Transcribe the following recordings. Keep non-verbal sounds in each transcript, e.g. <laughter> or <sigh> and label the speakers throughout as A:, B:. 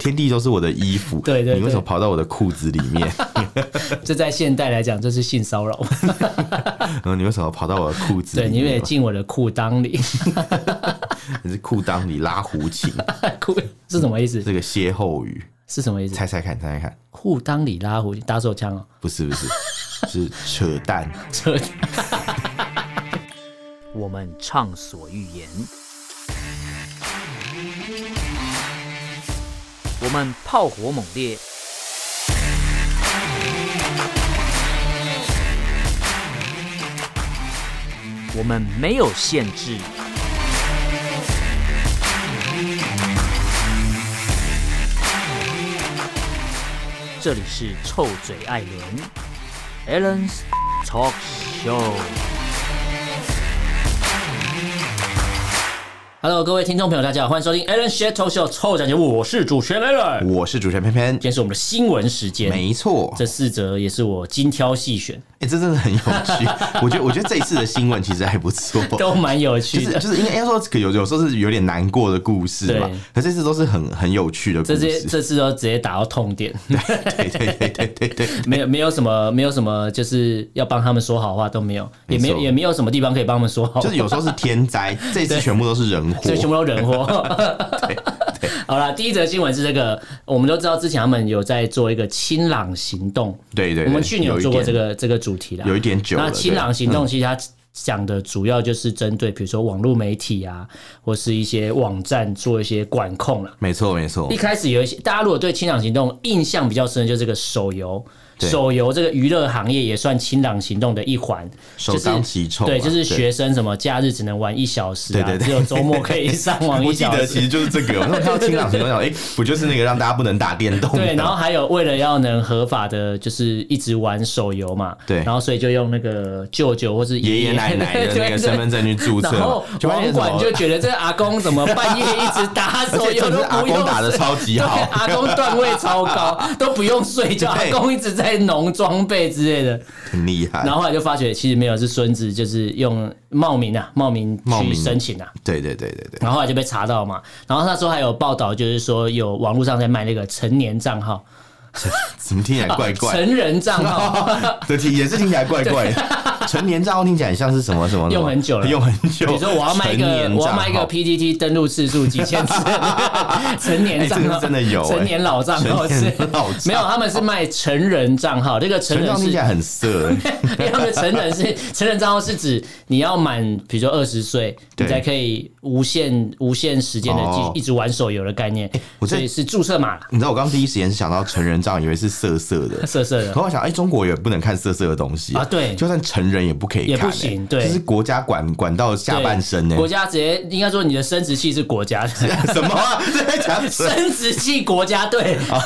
A: 天地都是我的衣服，
B: 对对对
A: 你为什么跑到我的裤子里
B: <laughs>
A: 面？
B: 这在现代来讲，这是性
A: <laughs>
B: 骚扰。
A: 嗯，你为什么跑到我的裤子
B: 对，
A: 里
B: 你
A: 面？
B: 也进我的裤裆里，
A: <laughs> 你是裤裆里拉胡琴，
B: 裤是什么意思？
A: 这个歇后语，
B: 是什么意思？
A: 猜猜看，猜猜看，
B: 裤裆里拉胡打手枪哦，
A: 不是不是， <laughs> 是扯淡。
B: 扯
C: 我们畅所欲言；我们炮火猛烈；我们没有限制。这里是臭嘴艾伦 a l l e n s Talk Show。
B: Hello，各位听众朋友，大家好，欢迎收听 Alan s h a t o Show 臭展节目，我是主持人 Alan。今
A: 我是主持人偏偏，
B: 天是我们的新闻时间，
A: 没错，
B: 这四则也是我精挑细选，
A: 哎、这真的很有趣。
B: <laughs>
A: 我觉得，我觉得这一次的新闻其实还不错。
B: 都蛮 <laughs> 有
A: <laughs> 就
B: 趣
A: 是
B: 的。
A: 就是应该说有有时候是有点难过的故事嘛
B: 对，
A: 可这次都是很很有趣的故
B: 这
A: 事。
B: 些这次都直接打到痛点，
A: 对对对对对对，
B: 没有没有什么没有什么，就是要帮他们说好话都没有，也没有
A: 没错
B: 也没有什么地方可以帮他们说好话
A: 就是有时候是天
B: <laughs>
A: 灾，这次全部都是人祸。
B: 所以全部都人祸。
A: <laughs>
B: 好了，第一则新闻是这个，我们都知道之前他们有在做一个清朗行动，
A: 对对对，
B: 我们去年有做过这
A: 一
B: 个这个主题啦
A: 点，有一点久了。
B: 那清朗行动其实它讲的主要就是针对比如说网络媒体啊，或是一些网站做一些管控啦。
A: 对没错没错
B: 一，开始有一些大家如果对清朗行动印象比较深，就是这个手游。
A: 对
B: 手游这个娱乐行业也算清朗行动的一环，
A: 首当其冲啊。
B: 对，就是学生什么假日只能玩一小时啊，
A: 对对对
B: 只有周末可以上网
A: <laughs> 我
B: 一
A: 记
B: 小
A: 得其
B: 时。
A: 实就是这个，我那时候看到清朗行动想，哎，不就是那个让大家不能打电动的？
B: 对，然后还有为了要能合法的，就是一直玩手游嘛，
A: 对
B: 然后所以就用那个舅舅或是
A: 爷爷奶奶
B: <laughs>
A: 的那个身份证去注册
B: 然
A: 嘛
B: 后，
A: 就发现
B: 网
A: 什么
B: 管就觉得这阿公怎么半夜一直打
A: <laughs> 而
B: 手
A: 且
B: 游
A: 真
B: 都
A: 的是阿
B: 不用
A: 公打的
B: 睡
A: 超级好
B: <laughs> 对，啊阿公段位超
A: <laughs>
B: 高，都不用睡觉，阿
A: 对哎
B: 公一直在农装备之类的。
A: 很厉害
B: 然。后后来就发觉其实没有，是孙子就是用冒名啊，冒名
A: 冒
B: 去
A: 名
B: 申请啊。
A: 对对对对对，
B: 然后后来就被查到嘛，然后那时候还有报道，就是说有网络上在卖那个成年账号、
A: 怎么听起来怪
B: <laughs>
A: 怪？
B: 啊成人账号，
A: <laughs> 对，听也是听起来怪怪的。成年账号听起来像是什么什么什么
B: 用很久了
A: 用很久。
B: 比如说我要卖一
A: 成
B: 个
A: 年
B: 我要
A: 账
B: 卖一个
A: 号
B: PTT 登录次数几千次，成年账
A: <laughs> 哎这
B: 号
A: 个真的有哎
B: 成年老账号
A: 成
B: 是
A: 年老账号
B: 没有，他们是卖成人账号，这个成
A: 成
B: 人
A: 人听
B: 是
A: 起来很
B: <laughs>
A: 色欸，
B: 因为他们的成人是成人账号是指你要满，比如说二十岁，你
A: 对
B: 才可以无限无限时间的继
A: 哦哎
B: 一直玩手游的概念，
A: 我
B: 所
A: 在
B: 以是注册码啦，
A: 你知道我刚刚第一时间是想到成人账，以为是色色的。
B: 色色的
A: 然。后我想，哎、中国也不能看色色的东西
B: 啊对
A: 就算成人也不可以看、
B: 也不
A: 哎
B: 行对
A: 就是国家管管到下
B: 对
A: 半身呢、
B: 国家直接应该说你的生殖器是国家的，
A: <laughs> 什
B: <laughs>
A: 么、啊？这在讲什哦
B: 生殖器国家队，
A: 么？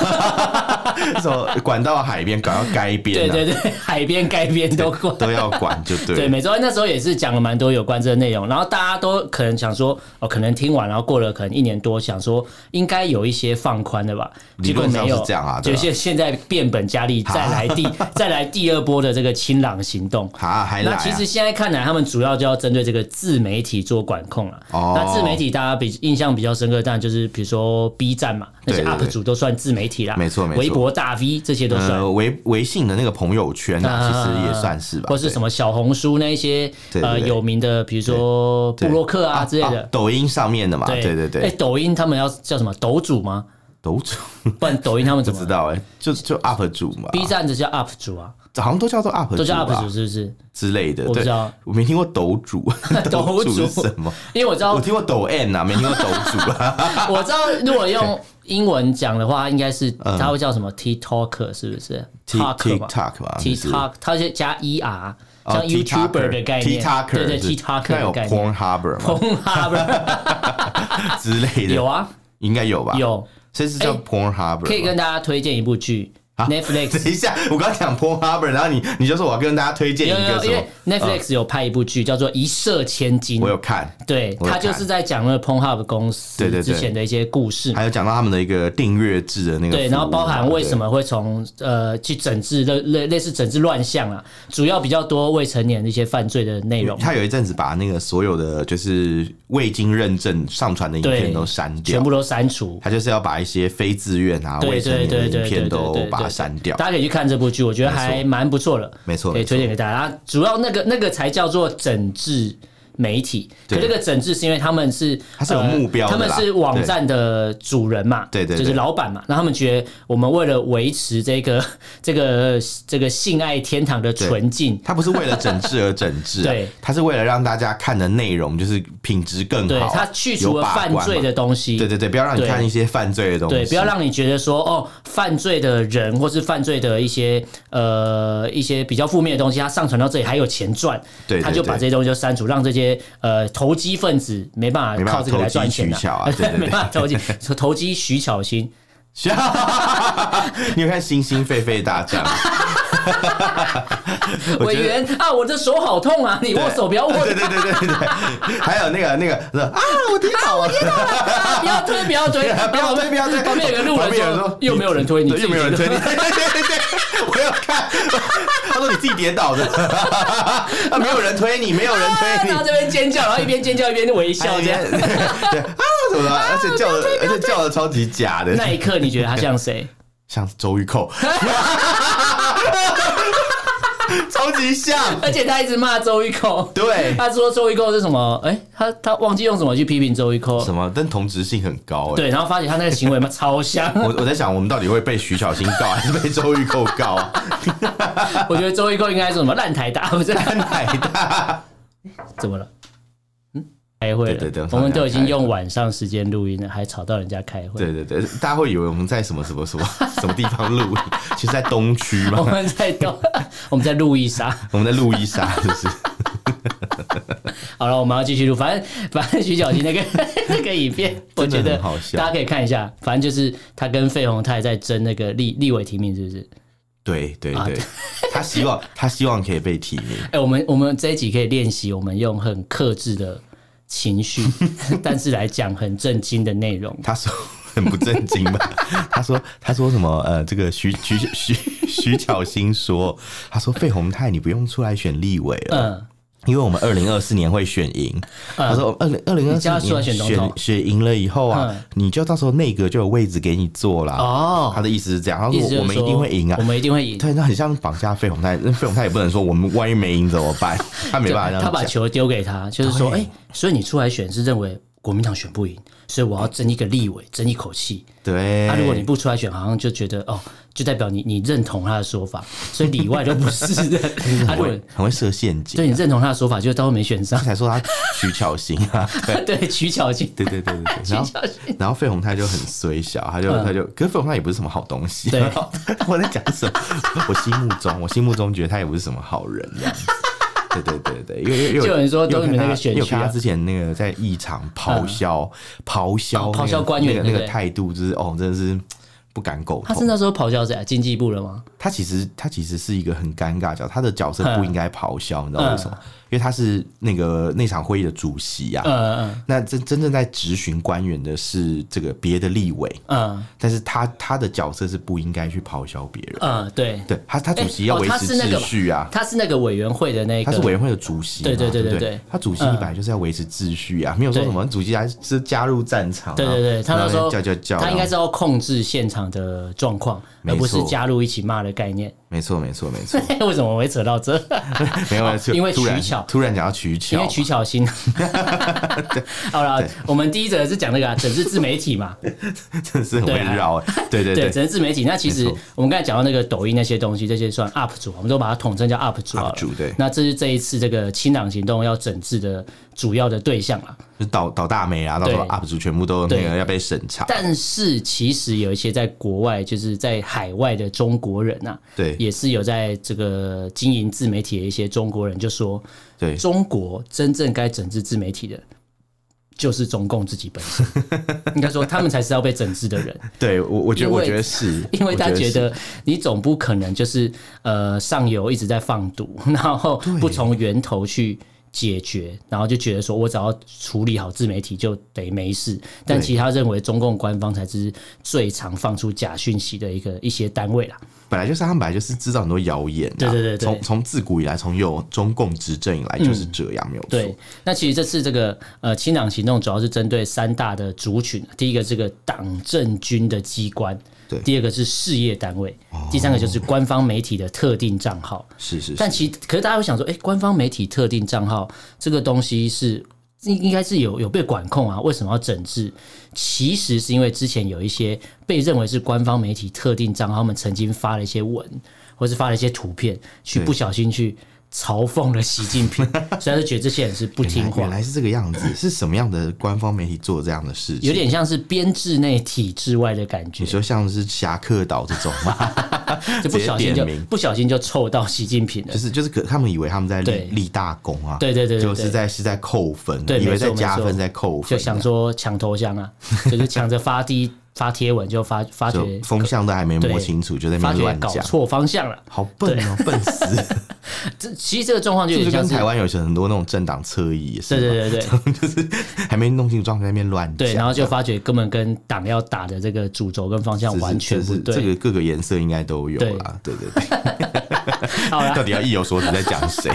A: 什么管到海边，管到该边、
B: <laughs> 对
A: 啊，
B: 对对，海
A: <laughs>
B: 边该边都管。
A: 都要管，就对。
B: 对，每周那时候也是讲了蛮多有关这个内容，然后大家都可能想说，哦，可能听完，然后过了可能一年多，想说应该有一些放宽的吧，
A: 理
B: 结果
A: 论
B: 没
A: 上是
B: 有，
A: 这样啊
B: 就
A: 对啊
B: 现现在变本加厉，再来第 <laughs> 再来第二波的这个清朗行动。
A: 啊，还来、
B: 那
A: 啊？
B: 其实现在看来，他们主要就要针对这个自媒体做管控了。
A: 哦
B: 那自媒体大家比印象比较深刻，当然就是比如说 B 站嘛，那些
A: 对对
B: UP
A: 对
B: 主都算自媒体啦，
A: 没错没错
B: 微博大 V 这些都算。
A: 呃，微微信的那个朋友圈啊，其实也算是吧，
B: 或是什
A: 么
B: 么小红书那一些
A: 对对
B: 呃
A: 对
B: 有名的，比如说布洛克啊之类的。
A: 抖音上面的嘛，啊对对
B: 哎，
A: 对，
B: 抖音他们要叫什么抖主
A: <laughs>
B: 吗？
A: 抖主
B: 不然抖音他们怎
A: 不
B: 么
A: 知道哎，就就 UP 主嘛
B: B 站这叫 UP 主啊，
A: 好像都叫做 UP 主吧，
B: 都叫 UP 主是不是？
A: 之类的，
B: 我不
A: 对
B: 知道，
A: 我没听过抖主，
B: <laughs> 抖主
A: 主是什么？
B: 因为我知道
A: 我，听过抖 N 啊，没听过抖主
B: <laughs>
A: 啊，
B: 我知道，如果用英文讲的话，应该是他会叫什么 TikTok 是不是
A: Tik-
B: Talk
A: 嗯
B: 吧
A: TikTok 吧就是
B: TikTok，它是加 ER，
A: 哦
B: 像 YouTuber
A: TikToker
B: 的概念
A: ，TikToker
B: 对对
A: 是
B: TikToker
A: 那
B: 的
A: 有
B: 概念。
A: Pornhub 吗
B: <laughs> Pornhub
A: 之类的，
B: 有，啊
A: <laughs> 应该有吧？，
B: 有，
A: 这是叫
B: 哎
A: Pornhub，
B: 可以跟大家推荐一部剧，
A: 啊
B: Netflix
A: <laughs> 等一下，我刚刚讲 Pornhub，然后你你就说我要跟大家推荐
B: 有
A: 一
B: 有
A: 个
B: 有，
A: 什
B: 因
A: 么啊
B: 为？Netflix 有拍一部剧叫做《一射千金
A: 我》，有看，
B: 对，
A: 我有
B: 他就是
A: 看
B: 在讲那个 Pornhub 公
A: 对对
B: 司
A: 对
B: 之前的一些故事嘛
A: 还有讲到他们的一个订阅制的那个服务嘛，啊
B: 对，然后包含为什
A: 么
B: 么会从呃去整治类类类似整治乱象啊，主要比较多未成年的一些犯罪的内容，
A: 他有一阵子把那个所有的就是未经认证上传的影
B: 对，
A: 片都删掉，
B: 全部都删除。
A: 他就是要把一些非自愿啊、
B: 对
A: 未成
B: 对
A: 年
B: 对
A: 的影
B: 对对
A: 片
B: 对
A: 都
B: 对，
A: 把它
B: 对
A: 删掉。
B: 大家可以去看这部剧，我觉得
A: 没错
B: 还蛮不错的，
A: 没错
B: 可以
A: 没错
B: 推荐给大家。主要那个那个才叫做整治媒体，可
A: 对
B: 这个整治是因为他们是呃
A: 它是有目标的
B: 他
A: 啦
B: 们是网站的主人嘛，
A: 对对对
B: 就是老板嘛，那他们觉得我们为了维持这个 <laughs> 这个这个性爱天堂的纯净，
A: 他不是为了整治而整治、啊，
B: <laughs> 对
A: 他是为了让大家看的内容就是品质更
B: 对
A: 好，啊
B: 他去除
A: 有
B: 了
A: 把
B: 犯
A: 关嘛
B: 罪的，东西，
A: 对对对，不要让你
B: 对
A: 看一些犯罪的东西，
B: 对，不要让你觉得说哦，犯罪的人或是犯罪的一些呃一些比较负面的东西，他上传到这里还有钱赚，
A: 对对
B: 他就
A: 对
B: 把这些东西就删除，让这些呃投机分子没办
A: 没办
B: 法
A: 法
B: 靠这个来赚钱
A: 投机取巧
B: <laughs>
A: 啊对对对
B: 没办法投机投机取巧心，
A: <laughs> 你有看《星星沸沸大
B: <laughs>
A: 战》吗？ <laughs> 我
B: 委
A: 觉得。
B: 员啊，我的手好痛啊，你握手不要握，
A: 对对对对对，还有那个那个啊，我跌倒了，
B: 啊不要推，不要推，
A: <laughs> 不要推不要推，
B: 旁边有个路
A: 旁
B: 人
A: 边有人
B: 说
A: 说，
B: 又没有人推你，
A: <laughs> 对又没有人推你，对对对对，我有看， <laughs> 他说你自己跌倒的， <laughs> 啊，没有人推你，没有
B: <laughs>
A: 人推哎你
B: 啊然后，这边尖叫，然后一边尖叫一边微笑这样，
A: 对对啊什么的，而且叫的，而且叫的超级假的，
B: 那一刻你觉得他像谁？
A: 像周玉蔻， <laughs> 超级像，
B: <laughs> 而且他一直骂周玉蔻，
A: 对
B: 他说周玉蔻是什么？哎、他他忘记用什么去批评周玉蔻，
A: 什么？但同质性很高哎。
B: 对，然后发现他那个行为嘛超
A: <laughs>
B: 像，
A: 我我在想，我们到底会被徐小新告，还是被周玉蔻告啊？ <laughs>
B: 我觉得周玉蔻应该是什么烂台大，不是
A: 看太大，
B: 怎么了？嗯，开会了，
A: 对对对
B: 我们都已经
A: 上两
B: 用晚上时间录音了，还吵到人家开会。
A: 对对对，大家会以为我们在什么什么什么什么地方录音，其实在东区
B: <laughs> 我
A: 嘛，
B: 们在都 <laughs> 我们在路易莎。
A: 我们在路易莎，是不是？
B: 好了，我们要继续录。反正反正徐小琪那个 <laughs> 那个影片，我觉得
A: 很好笑
B: 大家可以看一下。反正就是他跟费鸿泰在争那个立立委提名，是不是？
A: 对对对，他希望他希望可以被提名，
B: 哎、我们我们这一集可以练习，我们用很克制的
A: <laughs>
B: 情绪，但是来讲很震惊的内容。
A: 他说很不正经吧？ <laughs> 他说他说什么？呃，这个徐徐徐徐巧芯说， <laughs> 他说费鸿泰你不用出来选立委了，
B: 嗯，
A: 因为我们二零二四年会选赢。他说二零二零二
B: 你叫他
A: 四
B: 出来
A: 年
B: 选总统
A: 选赢了以后啊
B: 嗯，
A: 你就到时候内阁就有位置给你坐啦。
B: 哦
A: 他的意思是这样，他
B: 意
A: 说
B: 思就是
A: 我们一
B: 说
A: 定会赢啊
B: 我。们一定会赢。
A: 对，那很像绑架费鸿泰，那费鸿泰也不能说我们万一没赢怎么
B: <laughs>
A: 办，他没办法这样
B: 他把
A: 讲。
B: 球丢给他，就是说，哎、
A: 对
B: 所以你出来选是认为国民党选不赢，所以我要争一个立委，争一口气。啊
A: 对，
B: 那、如果你不出来选，好像就觉得哦，就代表你你认同他的说法，所以里外都不是
A: <laughs>
B: 人。他如果
A: 很会设陷阱，
B: 所以你认同他的说法，就到时候没选上
A: 他。才说他徐巧芯啊，对。
B: <laughs> 对，取巧劲。
A: 对对对对
B: <laughs>
A: 对，然后然后费鸿泰就很衰小，他就
B: 嗯
A: 他就，可是费鸿泰也不是什么好东西。
B: 对
A: <laughs> 我在讲什么？我心目中，我心目中觉得他也不是什么好人这样子。对对对对，因为因为
B: 就有人说都
A: 因为
B: 你们那
A: 看
B: 个
A: 他
B: 选区
A: 因
B: 啊嗯
A: 为看他之前那个在议场咆哮咆哮
B: 哦
A: 那个
B: 咆哮官员
A: 那个那
B: 对
A: 个
B: 不对
A: 态度，就是哦，真的是不敢苟
B: 他是
A: 同。
B: 那时候咆哮谁啊？经济部了吗？
A: 他其实他其实是一个很尴尬的角色，他的角色
B: 嗯
A: 不应该咆哮，你知道为什么？因为他是那个那场会议的主席啊。
B: 嗯
A: 那真真正在质询官员的是这个别的立委，
B: 嗯嗯
A: 但是他他的角色是不应该去咆哮别人，
B: 嗯，对，
A: 对他他主席要
B: 哎哦
A: 维
B: 他
A: 持
B: 是那个
A: 秩序啊。
B: 他是那个委员会的那个，
A: 他是委员会的主席嘛，
B: 对对
A: 对
B: 对对
A: 不
B: 对嗯
A: 他主席本来就是要维持秩序啊，没有说
B: 对
A: 什么主席还是加入战场啊，
B: 对对对，他
A: 然
B: 那
A: 后
B: 时候
A: 叫叫叫，
B: 他应
A: 然
B: 该
A: 后
B: 是要控制现场的状况，
A: 没
B: 而
A: 错
B: 不是加入一起骂的概念。 <laughs>
A: 没错没错没错， <laughs>
B: 为什么我会扯到这？
A: 没有没错，
B: <laughs> 因为
A: 突然
B: 取巧
A: 突然讲到取巧
B: 因
A: 嘛，
B: 为取
A: <laughs>
B: 巧心。 <laughs> 好了，我们第一则是讲那个啊整治自媒体
A: <laughs>
B: 嘛，
A: 真的是很会
B: 对啊 <laughs>
A: 绕欸，对对
B: 对，
A: 对
B: 整治自媒体。那其实
A: 没错
B: 我们刚才讲到那个抖音那些东西，这些算 UP 主，我们都把它统称叫 UP 主好了
A: UP 主对
B: 那这是这一次这个清朗行动要整治的主要的对象啊。
A: 就倒倒大霉啊，到时候
B: 对
A: UP 主全部都那个
B: 对
A: 要被审查，
B: 但是其实有一些在国外，就是在海外的中国人啊，
A: 对
B: 也是有在这个经营自媒体的一些中国人就说，
A: 对
B: 中国真正该整治自媒体的，就是中共自己本身， <laughs> 应该说他们才是要被整治的
A: <laughs>
B: 人。
A: 对我，我觉得
B: 因为
A: 我觉得是，
B: 因为他
A: 我
B: 觉
A: 是
B: 得你总不可能就是呃上游一直在放毒， <laughs> 然后不从源头去解决，然后就觉得说我只要处理好自媒体就得没事。但
A: 对
B: 其实他认为中共官方才是最常放出假讯息的一个一些单位啦。
A: 本来就是他们本来就是制造很多谣言啊、
B: 对对对对嗯
A: 从从自古以来，从有中共执政以来就是这样，没有
B: 对
A: 错。，
B: 那其实这次这个呃清党行动主要是针对三大的族群，呃第一个这个党政军的机关，
A: 对
B: 第二个是事业单位，第三个就是官方媒体的特定账号。
A: 是是是
B: 但，其可是大家会想说，哎、官方媒体特定账号这个东西是应应该是有有被管控啊，为什么要整治？其实是因为之前有一些被认为是官方媒体特定账号，他们曾经发了一些文，或是发了一些图片，去
A: 对
B: 不小心去嘲讽了习近
A: <laughs>
B: 平，所以他就觉得这些人是不听
A: 原来
B: 话
A: 原。来是这个样子，是什么样的官方媒体做这样的事情？
B: 有点像是编制内体制外的感觉
A: 你，说像是侠客岛这种
B: <laughs>
A: 吗？
B: 就不小心
A: 直接
B: 就
A: 点名
B: 不小心就凑到习近平了
A: 就。是就是可他们以为他们在立
B: 对
A: 立大功啊，
B: 对对对对
A: 就是在是在扣分，啊
B: 对
A: 以为
B: 没错
A: 在加
B: 没
A: 分
B: 错
A: 在扣分，
B: 就想说抢头香啊，就是抢着发第一发贴文就发发
A: 就
B: 觉
A: 风向都还没摸
B: 对
A: 清楚，就在那
B: 发
A: 边
B: 觉
A: 乱
B: 搞
A: 讲。
B: 错方向了。
A: 好笨哦，笨死！
B: 这其实这个状 <laughs> 况就有
A: 就是
B: 点像
A: 跟
B: 是
A: 台湾有很多那种政党侧翼也是
B: 对
A: 嘛，
B: 对
A: <laughs>
B: 对对
A: 还没弄清楚状态，在那边乱讲。
B: 对，然后就发觉根本跟党要打的这个主轴跟方向
A: 这是
B: 完全不
A: 这是这
B: 对。
A: 个各个颜色应该都有啦。对对对，
B: 好
A: <laughs>
B: 啦
A: 到，底要意有所指在讲谁？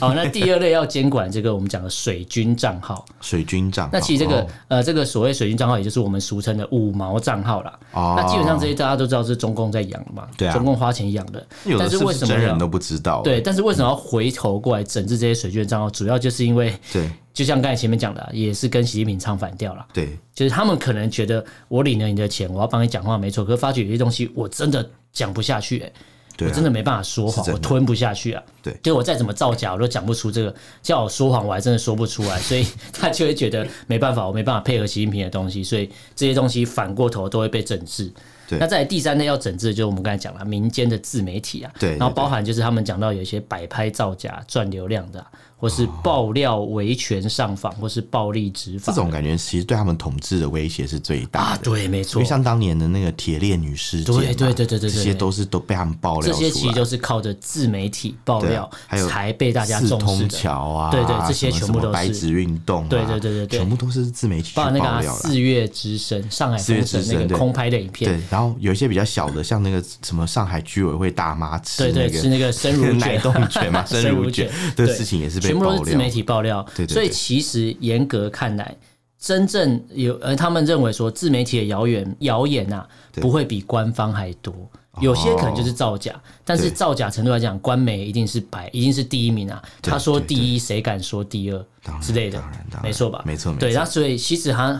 B: 好，那第二类要监管这个我们讲的水军账号。
A: 水军账号，
B: <laughs> 那其实这个、
A: 哦
B: 呃，这个所谓水军账号，也就是我们俗称的五毛账号啦。
A: 哦
B: 那基本上这些大家都知道是中共在养的嘛，
A: 对啊
B: 中共花钱养的。
A: 有的
B: 但
A: 是不
B: 为
A: 是
B: 什么
A: 真人
B: 要
A: 都不知道？啊
B: 对，但是为什么要回头过来整治这些水军账号？主要就是因为，
A: 对
B: 就像刚才前面讲的啊，也是跟习近平唱反调了。
A: 对，
B: 就是他们可能觉得我领了你的钱，我要帮你讲话没错，可是发觉有些东西我真的讲不下去、欸，
A: 对啊
B: 我真的没办法说
A: 是
B: 谎，
A: 真
B: 我
A: 的
B: 吞不下去啊。
A: 对
B: 就是我再怎么造假，我都讲不出这个。叫我说谎，我还真的说不出
A: <laughs>
B: 来，所以他就会觉得没办法，我没办法配合习近平的东西，所以这些东西反过头都会被整治。
A: 对
B: 那在第三类要整治，就是我们刚才讲了民间的自媒体啊，
A: 对对
B: 然后包含就是他们讲到有一些摆拍造假赚流量的啊、或
A: 哦
B: 是爆料维权上访，或是暴力执法
A: 这
B: 的
A: 种感觉其实对他们统治的威胁是最大
B: 啊，
A: 的。
B: 对，没
A: 因
B: 错
A: 为，像当年的那个铁链女事件嘛，
B: 对对对对对对
A: 这些都是都被他们爆料
B: 这
A: 出来
B: 些。其实都是靠着自媒体爆
A: 对啊
B: 料
A: 还有
B: 才被大家
A: 四
B: 重视
A: 通
B: 的。
A: 桥啊，
B: 对对这些
A: 什么
B: 全部
A: 什么
B: 都是
A: 白纸运动啊，
B: 对对对对对
A: 全部都是自媒体去
B: 包
A: 爆
B: 括那
A: 料
B: 个啊
A: 啦
B: 四月之声、上海
A: 四月
B: 封
A: 之
B: 神
A: 声
B: 那
A: 对
B: 个空拍的影片
A: 对，，然后有一些比较小的，像那个什么上海居委会大妈吃
B: 对对，
A: <laughs>
B: 吃那个生乳
A: 奶
B: 卷、
A: 冻
B: <laughs>
A: 卷嘛，生乳卷这
B: 对
A: 事情也是被
B: 全部
A: 爆
B: 都是
A: 料，
B: 自媒体爆料。
A: 对对对
B: 所以其实严格看来，真正有呃，他们认为说自媒体的谣言谣言啊，
A: 对哦
B: 不会比官方还多。有些可能就是造假，但是
A: 对
B: 造假程度来讲，官媒一定是排，一定是第一名啊。
A: 对
B: 他说
A: 对
B: 第一，谁敢说第二
A: 当然
B: 之类的
A: 当然当，然
B: 没错吧？
A: 没错没
B: 对，
A: 错
B: 那所以其实他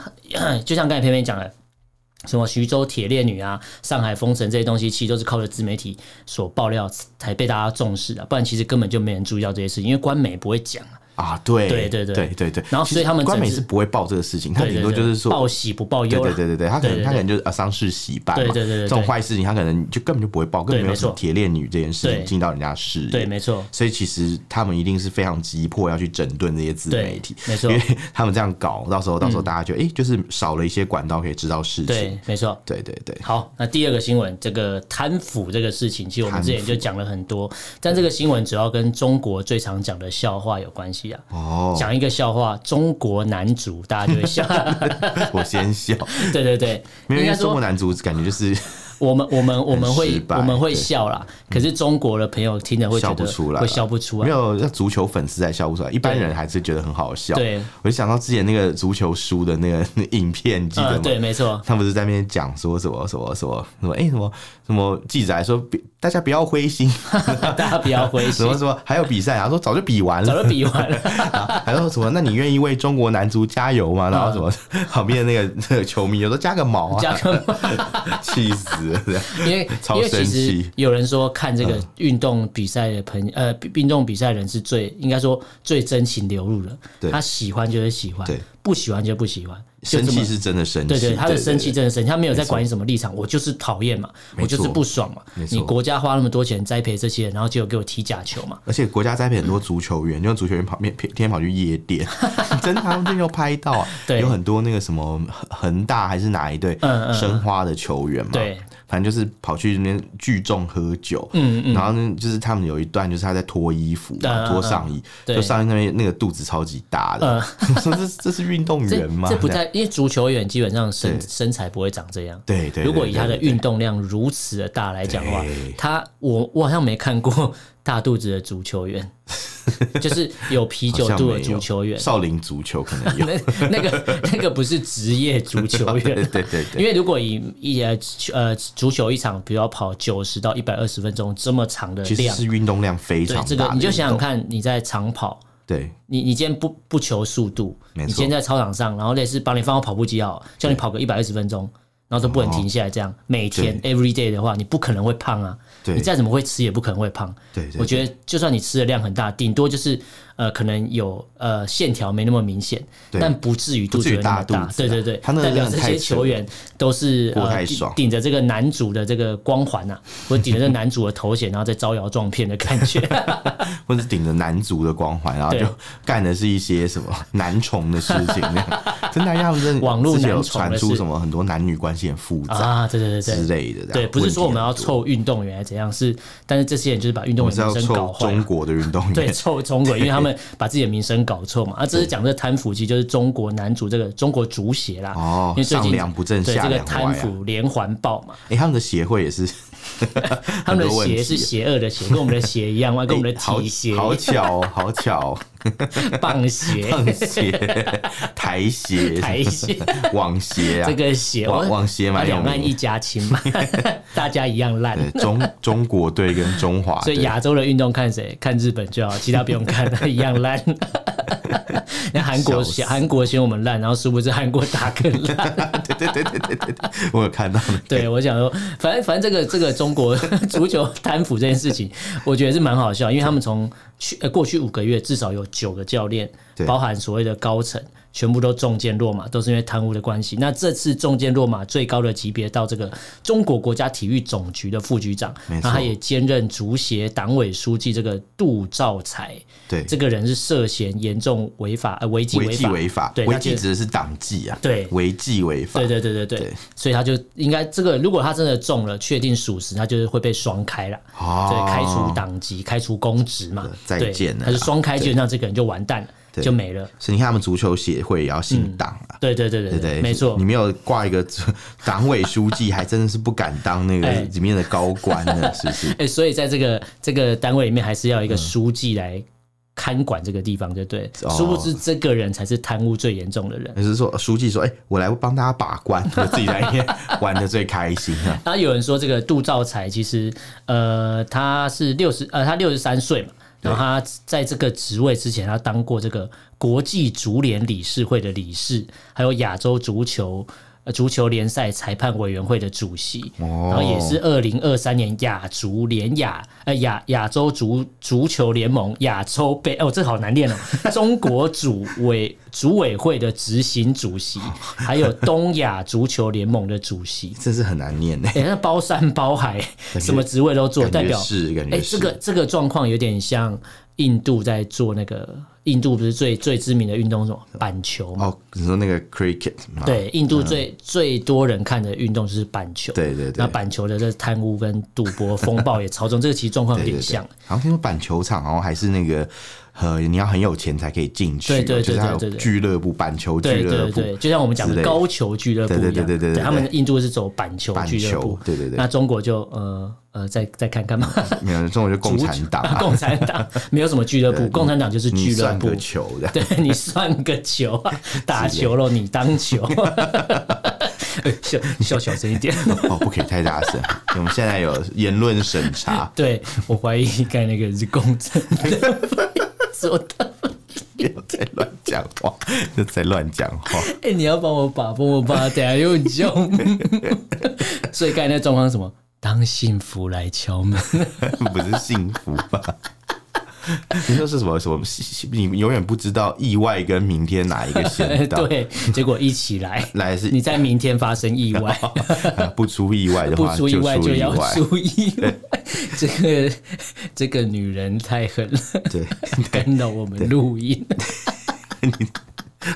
B: 就像刚 <clears throat> 才偏偏讲的，什么徐州铁链女啊、上海封城这些东西，其实都是靠着自媒体所爆料才被大家重视的、不然其实根本就没人注意到这些事情，因为官媒不会讲啊、
A: 啊，对
B: 对对对
A: 对对对，
B: 然后
A: 其实
B: 所以他们
A: 官媒
B: 整治
A: 是不会报这个事情，他
B: 对
A: 顶
B: 对
A: 多
B: 对，
A: 就是
B: 报
A: 说。
B: 喜不报
A: 对
B: 忧啦
A: 对对对对，他可
B: 对
A: 能
B: 对
A: 他可能就是啊丧事喜办嘛，
B: 对对对对对
A: 这种坏事情他可能就根本就不会报，根本
B: 对
A: 没有
B: 没
A: 什么
B: 错
A: 铁链女这件事情
B: 对
A: 进到人家视野，
B: 对没错。
A: 所以其实他们一定是非常急迫要去整顿这些自媒体，
B: 对没嗯错
A: 因为他们这样搞，到时候到时候大家就哎、诶就是少了一些管道可以知道事情
B: 对，，没错。
A: 对对对，
B: 好，那第二个新闻，这个贪腐这个事情，其实我们之前就讲了很多，但这个新闻主要跟中国最常讲的笑话有关系啊。
A: 哦，
B: 讲一个笑话，中国男足大家就会笑，
A: 我先
B: <laughs>
A: 笑，
B: 对对对，
A: 没有
B: 应
A: 因
B: 该
A: 为中国
B: 说
A: 男足感觉就是
B: 我们我们我们
A: 很失
B: 会
A: 败
B: 我们会
A: 对嗯
B: 笑啦，可是中国的朋友听了会觉
A: 笑不
B: 得
A: 出来啦
B: 会笑不出
A: 没
B: 来，
A: 有那足球粉丝才笑不出来，一般人还是觉得很好笑。
B: 对，
A: 我就想到之前那个足球书的那个那影片，记得吗？
B: 嗯，对，
A: <laughs>
B: 没错，
A: 他们不是在那边讲说什么什么什么什么，哎、什么什么记者还说，别大家不要灰心， <laughs>
B: 大家不要灰
A: 什
B: 心
A: 么，什么还有比赛啊，说早就比完了，
B: 早就比完
A: <laughs>
B: 了，
A: 还说什么？那你愿意为中国男足加油吗？然后什么 <laughs> 旁边那个那个球迷有时候加个毛
B: 嗯加
A: 啊，
B: 个
A: 气死了！这样
B: 因为
A: 超
B: 因为其
A: 生
B: 实
A: 气嗯
B: 有人说看这个运动比赛的朋呃运动比赛人是最应该说最真情流露的，
A: 对
B: 他喜欢就是喜欢
A: 对，
B: 不喜欢就不喜欢，
A: <laughs>
B: 就
A: 生
B: 这么
A: 气是真的生气，
B: 对对，他的生气
A: 对
B: 真的生气，他没有在管你什么立场，我就是讨厌嘛，我就是不爽嘛
A: 没。错
B: 你国家花那么多钱栽培这些人，然后结果给我踢假球嘛，
A: 而且国家栽培很多足球员，就像足球员跑面天天跑去夜店， <laughs> 真的他们就没有拍到、啊。
B: 对
A: 有很多那个什么恒恒大还是哪一队
B: 嗯嗯
A: 申花的球员嘛，
B: 对，
A: 反正就是跑去那边聚众喝酒，
B: 嗯嗯
A: 然后呢就是他们有一段就是他在脱衣服
B: 嗯嗯
A: 嘛，
B: 嗯
A: 脱上衣，
B: 对
A: 就上衣那边那个肚子超级大的，我 <laughs> 说这这是运动
B: 这
A: 员吗？
B: 这不
A: 样
B: 太，因为足球员基本上身
A: 对
B: 身材不会长这样。
A: 对对对，
B: 如果以他的
A: 对对
B: 运动量如此的大来讲的话
A: 对，
B: 他我我好像没看过大肚子的足球
A: <laughs>
B: 员，就是有啤酒
A: 好像
B: 肚的
A: 没有
B: 足球员， <laughs>
A: 少林足球可能有，
B: 那那个那个不是职业足球
A: <laughs> 对
B: 员。
A: 对对对，
B: 因为如果以一呃球呃足球一场，比如要跑九十到一百二十分钟这么长的
A: 其实
B: 量，
A: 是运动量非
B: 对
A: 常
B: 这
A: 大
B: 个
A: 的
B: 你就
A: 运
B: 想
A: 动
B: 想看，你在长跑，
A: 对。
B: 你你今天不不求速度，
A: 没
B: 你
A: 错
B: 今天在操场上，然后类似把你放到跑步机好了，叫你跑个一百二十分钟，然后都不
A: 哦
B: 能停下来，这样、每天 every day 的话，你不可能会胖啊。
A: 对
B: 你再怎么会吃，也不可能会胖。
A: 对对对
B: 我觉得就算你吃的量很大，顶多就是呃，可能有呃线条没那么明显，
A: 对
B: 但不至于肚子有那
A: 不
B: 么
A: 至于大
B: 大。
A: 肚子啊
B: 对对对，
A: 他那个
B: 代表
A: 量
B: 这
A: 太
B: 些
A: 扯
B: 球员都是
A: 过
B: 呃
A: 太
B: 顶
A: 爽
B: 顶着这个男主的这个光环呐、啊，或者顶着这个男主的头衔，然后在招摇撞骗的感
A: <laughs>
B: 觉。
A: 或者顶着男足的光环，然后
B: 对
A: 就干的是一些什么男宠的事情，那
B: <laughs>
A: 样真的，要不真的
B: 网络
A: 之前有
B: 男宠的
A: 传出
B: 事
A: 什么很多男女关系很复杂
B: 啊，对对对对，
A: 之类的这样，
B: 对， <laughs> 不是说我们要
A: 问题很多，
B: 凑运动员还是怎样，是但是这些人就是把运动
A: 我
B: 员
A: 是要
B: 名声搞
A: 凑
B: 坏
A: 中
B: 啊。
A: 国的运动
B: <laughs> 对，
A: 员，
B: 凑中国，因为他们把自己的名声搞错嘛。啊，这是讲这贪腐，其实就是中国男足这个中国足协啦。
A: 哦
B: 因为最
A: 上
B: 近
A: 梁不正
B: 对
A: 下
B: 这个
A: 梁
B: 贪
A: 歪啊
B: 腐连环爆嘛，
A: 哎，他们的协会也是
B: 他
A: 很
B: 们的
A: 多问
B: 鞋
A: 题
B: 是邪恶的鞋，跟我们的
A: <laughs>
B: 鞋一样，哇，跟我们
A: 诶
B: 的
A: 好
B: 体鞋、
A: 好巧哦，好巧
B: <laughs>
A: 哦，
B: 棒鞋、
A: <laughs> 棒鞋、台鞋、<laughs>
B: 台鞋、
A: 网鞋啊
B: 这，个鞋，
A: 网
B: 我
A: 网鞋蛮有
B: 两岸
A: 名的
B: 一家亲嘛， <laughs> 大家一样烂。
A: 对中中国队跟中华
B: 所以
A: 队
B: 亚洲的运动看谁？看日本就好，其他不
A: <laughs>
B: 用看，一样烂。 <laughs> 那韩国
A: 笑死
B: 嫌韩国嫌我们烂，然后殊不知韩国打更烂。
A: 对对对对对对对，我有看到那个
B: <laughs> 对，我想说，反正反正这个这个中国 <laughs> 足球贪腐这件事情，我觉得是蛮好笑，因为他们从去呃过去五个月至少有九个教练
A: 对，
B: 包含所谓的高层，全部都中箭落马，都是因为贪污的关系。那这次中箭落马最高的级别到这个中国国家体育总局的副局长，
A: 没
B: 然
A: 错
B: 后他也兼任足协党委书记这个杜兆才。
A: 对
B: 这个人是涉嫌严重违法呃违纪
A: 违纪
B: 法。
A: 违法，
B: 对
A: 违
B: 那
A: 纪
B: 就
A: 指的是党纪啊，
B: 对
A: 违纪违法，
B: 对对对对对，
A: 对
B: 所以他就应该这个，如果他真的中了，确定属实，他就是会被双开了，
A: 哦
B: 对，开除党籍、开除公职嘛，
A: 再
B: 对
A: 见了
B: 他是双开，
A: 对
B: 基本上这个人就完蛋了，
A: 对
B: 就没了。
A: 所以你看他们足球协会也要姓党啊，
B: 对对对对
A: 对不对，
B: 嗯没错
A: 你，没有挂一个 <laughs> 党委书记，还真的是不敢当那个
B: <laughs> 哎
A: 里面的高官呢，是不是？
B: <laughs> 哎、所以在这个这个单位里面，还是要有一个书记来看管这个地方，就对。
A: 嗯哦
B: 殊不知这个人才是贪污最严重的人。
A: 就是说，书记说：“哎、我来帮大家把关，我自己在里面玩的最开心啊。 <laughs>
B: 然后有人说，这个杜兆才其实呃，他是六十呃，他六十三岁嘛。然后他在这个职位之前，他当过这个国际足联理事会的理事，还有亚洲足球呃足球联赛裁判委员会的主席，
A: 哦
B: 然后也是二零二三年亚足联亚呃亚亚洲足足球联盟亚洲杯哦，这好难念哦，中国组委组委会的执行主席，还有东亚足球联盟的主席”，
A: 真是很难念呢、
B: 哎、那包山包海，什么职位都做，
A: 嗯感
B: 代
A: 觉
B: 表
A: 是，感
B: 哎、
A: 觉是、
B: 这个这个状况有点像印度在做那个，印度不是最最知名的运动是什么板球嘛？
A: 哦，你说那个 cricket 嘛，
B: 对，印度最、最多人看的运动就是板球。
A: 嗯对对对
B: 那板球的这贪污跟赌博风暴也超重，这个其实状况有点像。
A: 好像听说板球场，然后还是那个呃，你要很有钱才可以进去，
B: 对对对
A: 就是它有
B: 对对对
A: 俱乐部板球俱
B: 对
A: 乐
B: 对
A: 部，
B: 对，就像我们讲
A: 之
B: 的
A: 类的
B: 高球俱乐部一
A: 对
B: 样，
A: 对对对对对对
B: 他们印度是走板球
A: 板
B: 俱乐
A: 球
B: 部，
A: 对对对
B: 那中国就呃呃再再看
A: <laughs>
B: 看嘛，
A: 没有，中国就共产党、啊，
B: 共产党没有什么俱乐部，共产党就是
A: 你
B: 俱乐
A: 算
B: 部
A: 个，球的，
B: <laughs> 对你算个球 <laughs> 啊，打球咯，你当球。 <laughs> 哎笑笑小声一点。
A: <laughs> 哦，不可以太大声，我们现在有言论审查，<laughs>
B: <laughs> 对我怀疑盖那个人是共产党做 <laughs> 的。
A: 不要再乱讲话， <laughs> 就在乱讲话， <laughs>
B: 哎、你要帮我把帮我把，等下又用。 <laughs> 所以盖那状况是什么？当幸福来敲门，
A: 不是幸福吧？ <laughs> 你说是什么什么？你永远不知道意外跟明天哪一个先到，
B: <laughs> 对，结果一起来，
A: 来是呃
B: 你在明天发生意 <laughs> 外，
A: 不出意外的
B: <laughs> 不
A: 话
B: 出意外
A: 出
B: 就
A: 意
B: 要
A: 外，
B: 出意外。这个这个女人太狠了，
A: 对，
B: 跟到我们录音。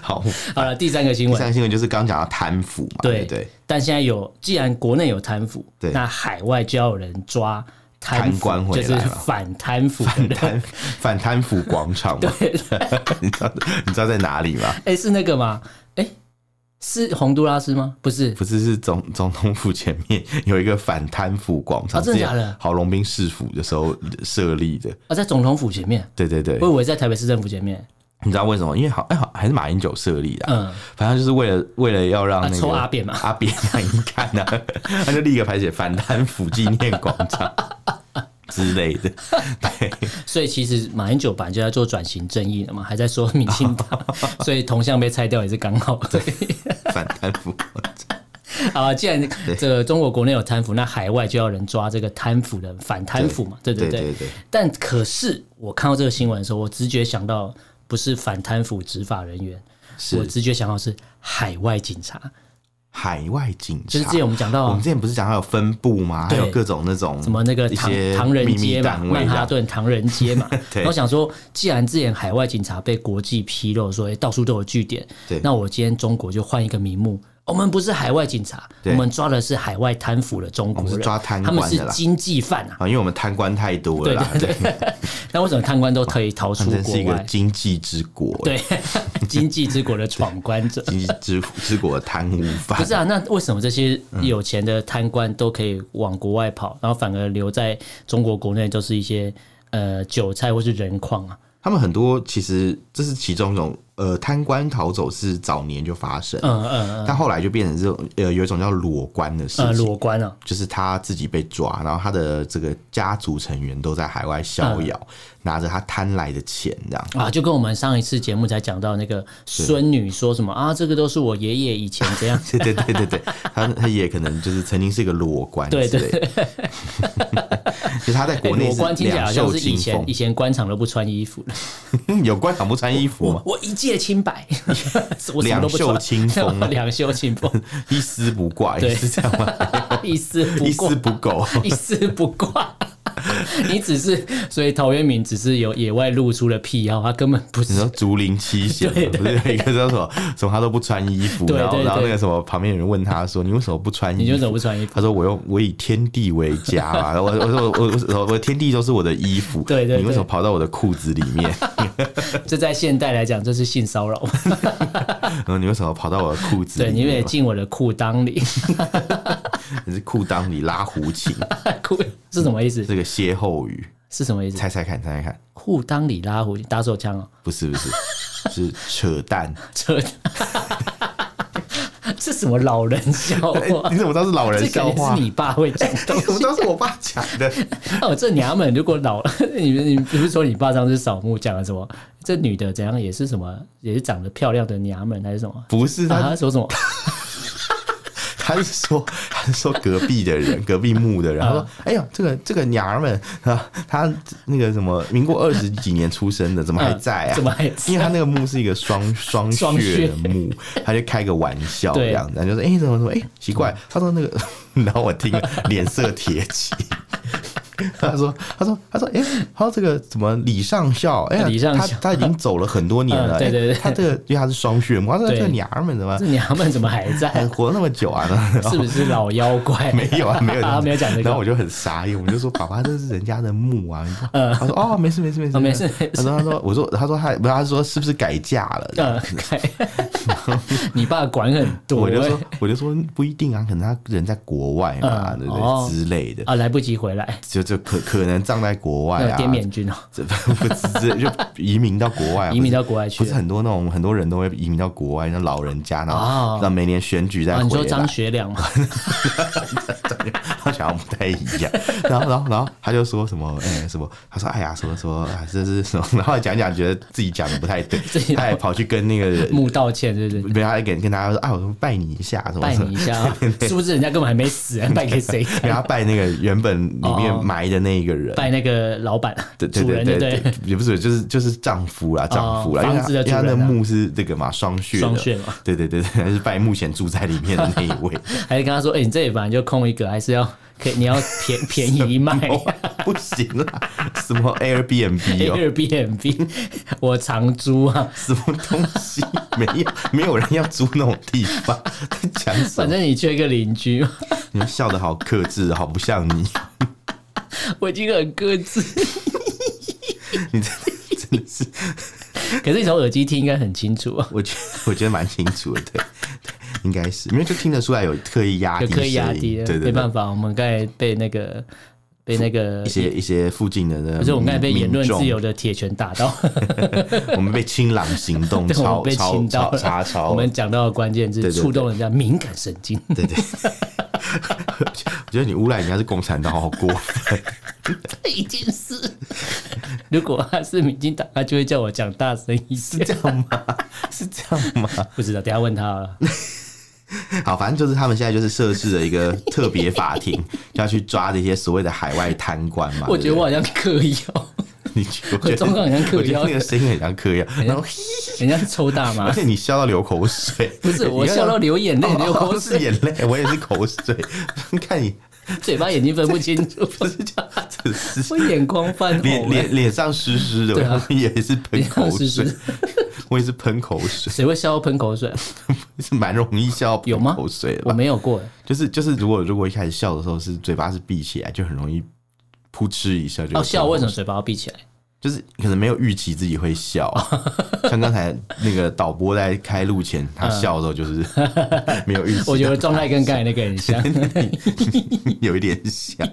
A: 好。
B: <laughs> 好了，第三个新
A: 第
B: 闻
A: 三，个新闻就是刚讲到贪腐嘛，对
B: 对
A: 不对，
B: 但现在有，既然国内有贪腐，
A: 对
B: 那海外就要有人抓贪
A: 贪
B: 腐，
A: 官回
B: 就
A: 来
B: 是
A: 了
B: 反贪腐的
A: 反
B: 人。
A: 贪反贪腐广场嘛，
B: <laughs> 对，
A: <laughs> 你知道你知道在哪里吗？
B: 哎、是那个吗？哎、是洪都拉斯吗？不是，
A: 不是，是总总统府前面有一个反贪腐广场，
B: 啊真的
A: 之前
B: 假的
A: 郝龙斌市府的时候设立的，
B: 啊，在总统府前面，
A: 对对对
B: 我以，为在台北市政府前面。
A: 你知道为什么？因为好哎好还是马英九设立的啊、
B: 嗯，
A: 反正就是为了为了要让那个、
B: 啊抽阿扁嘛
A: 阿扁让你看呐、啊， <laughs> 他就立一个牌写反贪腐纪念广场 <laughs> 之类的，对，
B: 所以其实马英九本来就在做转型正义的嘛，还在说民进党，
A: <laughs>
B: 所以铜像被拆掉也是刚好。对， <laughs>
A: 反贪腐广场，
B: 好啊，既
A: <laughs>
B: 然这个中国国内有贪腐，那海外就要人抓这个贪腐的反贪腐嘛，对
A: 对
B: 对对。
A: 对对，
B: 但可是我看到这个新闻的时候，我直觉想到不是反贪腐执法人员，我
A: 是
B: 直觉想到是海外警察，
A: 海外警察。
B: 就是之前我们讲到
A: 我们之前不是讲到有分部吗？还
B: 对
A: 有各种那种
B: 什么那个
A: 一
B: 唐
A: 些
B: 唐人
A: 秘密
B: 街嘛，
A: 单位啊
B: 曼
A: 这
B: 哈
A: 样，。
B: 顿唐人街嘛
A: <laughs> 对
B: 然后想说，既然之前海外警察被国际披露说，哎、到处都有据点
A: 对，
B: 那我今天中国就换一个名目。我们不是海外警察，我
A: 对
B: 们抓的是海外贪腐的中国
A: 我们
B: 人，
A: 是抓贪
B: 他
A: 官的
B: 们
A: 啦
B: 是经济犯啊。
A: 啊，因为我们贪官太多了啦， <laughs> 对，
B: 那为什么贪官都可以
A: <laughs>
B: 逃
A: 它
B: 出
A: 真是
B: 国
A: 一个
B: 外？
A: 经济之国，，
B: 对， <laughs> 经济之国的闯关者。
A: <laughs> 经济之之国的贪污犯，
B: 不是啊，那为什么这些有钱的贪官都可以往国外跑，然后反而留在中国国内都是一些呃韭菜或是人矿啊？
A: 他们很多其实这是其中一种，呃，贪官逃走是早年就发生，
B: 嗯嗯
A: 但后来就变成这种，呃，有一种叫裸官的事
B: 嗯，呃，
A: 情，
B: 裸官啊，
A: 就是他自己被抓，然后他的这个家族成员都在海外逍遥，
B: 嗯
A: 拿着他贪来的钱这样。
B: 啊，就跟我们上一次节目才讲到那个孙女说什么啊，这个都是我爷爷以前
A: <laughs>。
B: 这样
A: 对对对对对，他他也可能就是曾经是个裸官之
B: 对
A: 类的，
B: 对
A: <laughs> 就他在
B: 哎
A: 国内
B: 裸
A: 是
B: 官听起来
A: 两
B: 好像
A: 袖
B: 是以
A: 清
B: 前
A: 风
B: 以，前官场都不穿衣服 <laughs> 的，
A: 有官场不穿衣服吗？
B: 我一介清白， <laughs> 我什么
A: 两
B: 都不
A: 袖
B: 穿，
A: 清风啊
B: <laughs> 两袖清风，
A: 一丝不挂，
B: 对
A: 是这样吗？
B: <laughs> 一丝不
A: 一
B: 挂
A: 丝，不苟。
B: <laughs> 一丝不挂。你只是，所以陶渊明只是有野外露出的癖好，他根本不
A: 你
B: 是
A: 说竹林七贤嘛
B: 对
A: 不是有一个叫什么什么他都不穿衣服，
B: 对
A: 然后
B: 对
A: 然后
B: 对
A: 那个什么旁边有人问他说你为什么不穿
B: 你
A: 衣
B: 就怎
A: 服？
B: 么不穿衣服？
A: 他说我用我以天地为家嘛，我我说我我我我天地都是我的衣服，
B: 对对对
A: 你为什么跑到我的裤子里面？ <laughs>
B: 这在现代来讲，这是性骚扰。 <laughs>
A: 然后你为什么跑到我的裤子
B: 对，
A: 里
B: 你
A: 面
B: 也
A: 嘛？
B: 进我的裤裆里，
A: 你是裤裆里拉胡琴，
B: 裤是什么意思？
A: 这个歇后语，
B: 是什么意思？
A: 猜猜看，猜猜看，
B: 裤裆里拉胡打手枪哦，
A: 不是
B: <laughs>
A: 不是是扯淡，
B: 扯， <laughs> 是什么老人笑
A: 哎
B: 话
A: 你？怎么知道是老人
B: 这
A: 笑
B: 肯定
A: 话
B: 是？你爸会讲的。
A: 你怎么 <laughs> 知道 <laughs> 是我爸讲的？
B: <laughs> 哦，这娘们如果老 <laughs> 了，你你不是说你爸上次扫墓讲了什么？这女的怎样也是什么，也是长得漂亮的娘们还是什么？
A: 不是
B: 啊，
A: 他
B: 他说什么？
A: 他是说， <laughs> 他是说隔壁的人，隔壁墓的人，
B: 嗯
A: 他说：“哎呦，这个这个娘们啊，她那个什么，民国二十几年出生的，怎么还在啊？
B: 嗯怎么还
A: 因为他那个墓是一个双双
B: 双
A: 穴
B: 穴
A: 的墓，他就开个玩笑
B: 对嗯
A: 这样子，他就说：哎，怎么怎么，哎，奇怪。他说那个， <laughs> 然后我听了脸色铁青。”他说：“他说，他说，哎、他说这个怎么李上校？哎、呀，
B: 啊李上
A: 他
B: 校
A: 他已经走了很多年了。
B: <laughs> 嗯对
A: 哎
B: 对对
A: 他这个因为他是双血嘛，他说这个
B: 对
A: 娘们怎么
B: 这娘们怎么还
A: <laughs> 还
B: 在？
A: 活了那么久啊？
B: 是不是老妖
A: <laughs>
B: 怪？
A: 没
B: <laughs>
A: 有啊，没有
B: 啊没有讲这个
A: 然后我就很傻眼，我就说：“爸爸，这是人家的墓啊。你说”他说：“哦，没事没事没事
B: 嗯哦没事没事
A: 他说：“他说，我说，他说他，不是，他说是不是改嫁了
B: 呃，开 <laughs> 你爸管很？”多
A: 我就
B: 欸
A: 说：“我就说不一定啊，可能他人在国外嘛，
B: 嗯
A: 对不
B: 哦
A: 对之类的，
B: 啊，来不及回来，
A: 就就可可能葬在国外
B: 呃
A: 啊，
B: 滇缅军哦，
A: 这不是就移民到国外啊，
B: <laughs> 移民
A: 不是
B: 到国外去
A: 不是很多那种很多人都会移民到国外，那老人家，然
B: 哦
A: 后让每年选举再
B: 啊，
A: 回
B: 你说
A: 来。”
B: 张学良啊嘛？
A: <laughs> 他讲得不太一样， <laughs> 然后然后然后他就说什么，哎、什么，他说哎呀，什么什么，啊这是什么， <laughs> 然后讲一讲觉得自己讲的不太对
B: <laughs> 自己，
A: 他还跑去跟那个
B: <laughs>
A: 人，
B: 墓道歉，对不对？
A: 没有他还跟跟大家说，啊，我说拜你一下，什么 <laughs>
B: 拜
A: 什
B: 你一
A: 么，
B: 啊
A: <laughs>
B: 下啊，是不是人家根本还没死，拜给谁看？
A: 给他拜那个原本里面
B: 哦
A: 埋的那一个人，
B: 拜那个老板啊
A: 对对
B: 主
A: 对
B: 人，对
A: 对
B: 不对？哦
A: 对， <laughs> 也不是就是就是丈夫啦，丈夫啦，因为
B: 房
A: 他
B: 子的
A: 因为他
B: 主
A: 的
B: 人啊
A: 墓是这个嘛双穴
B: 双
A: 的，
B: 穴嘛
A: 对对对 <laughs> 对，还是拜目前住在里面的那一位， <laughs>
B: 还是跟他说，哎、你这里本来就空一个，还是要可以，你要便便
A: <laughs>
B: 宜卖。
A: 不行啦，什么 Airbnb 哦，
B: <laughs> Airbnb，我长租啊，
A: 什么东西？没有，没有人要租那种地方，在讲什
B: 反
A: 么？
B: 正你缺一个邻居嘛， <laughs>
A: 你们笑的好克制，好不像你，
B: 我已经很克制。
A: 你真的真的是，
B: 可是你从耳机听应该很清
A: <laughs>
B: 楚啊，
A: 我觉得我觉得蛮清楚的，对，对应该是，因为就听得出来有刻意压
B: 有
A: 低
B: 刻意压
A: 声音
B: 低
A: 对
B: 的，
A: 对，
B: 没办
A: 法，
B: 法，我们刚才被那个被那个
A: 一，些一些附近的那，
B: 不是我们刚才被言论自由
A: 民
B: 的铁拳打到，
A: 众，我们被清 <laughs> 朗行动
B: 对，我们
A: 超
B: 被
A: 超
B: 亲到
A: 超
B: 了
A: 查超，
B: 我们讲到的关键
A: 对
B: 字
A: 对对
B: 触动人家敏感神经。 <laughs>
A: 对 <laughs> 对。对我觉得你诬赖人家是共产党，好过分。
B: 这一件事， <laughs> 如果他是民进党，他就会叫我讲大声一点。
A: 这样吗？是这样吗？
B: <laughs> 不知道，等一下问他好了。
A: 好，反正就是他们现在就是设置了一个特别法庭，要去抓这些所谓的海外贪官嘛。
B: 我觉得我
A: 对
B: 好像哦嗑药，
A: 不对 <laughs> 你觉得我觉得
B: 中港很像嗑药
A: 我觉得那个声音很像嗑药， <laughs> 然后
B: 人家是抽大麻
A: <laughs> 而，且你笑到流口水，
B: <laughs> 不是我
A: 你看
B: 笑到流眼泪，流
A: <laughs>
B: 口
A: 哦是
B: 水，
A: 眼泪，我也是口水。 <laughs> 你看你
B: 嘴巴眼睛分不清
A: <laughs>
B: 楚，
A: 真是
B: <laughs> 我眼眶泛
A: 脸
B: 红。哎
A: 脸脸上湿湿的，
B: 对啊
A: 我也是喷口
B: 脸上湿
A: 水
B: 湿，
A: <laughs> 我也是喷口水， <laughs>
B: 谁会笑到喷口水？
A: 是蛮容易笑到
B: 有
A: 喷
B: 吗
A: 口水的吧
B: 我。没有过，
A: 就是就是，如果如果一开始笑的时候是嘴巴是闭起来，就很容易扑哧一下就
B: 哦，笑为什
A: 么？
B: 么嘴巴要闭起来？
A: 就是可能没有预期自己会笑，
B: <laughs>
A: 像刚才那个导播在开录前，他笑的时候就是
B: <laughs>
A: 没有预期，
B: 我觉得状态跟刚才那个很像。
A: <laughs> 有一点像，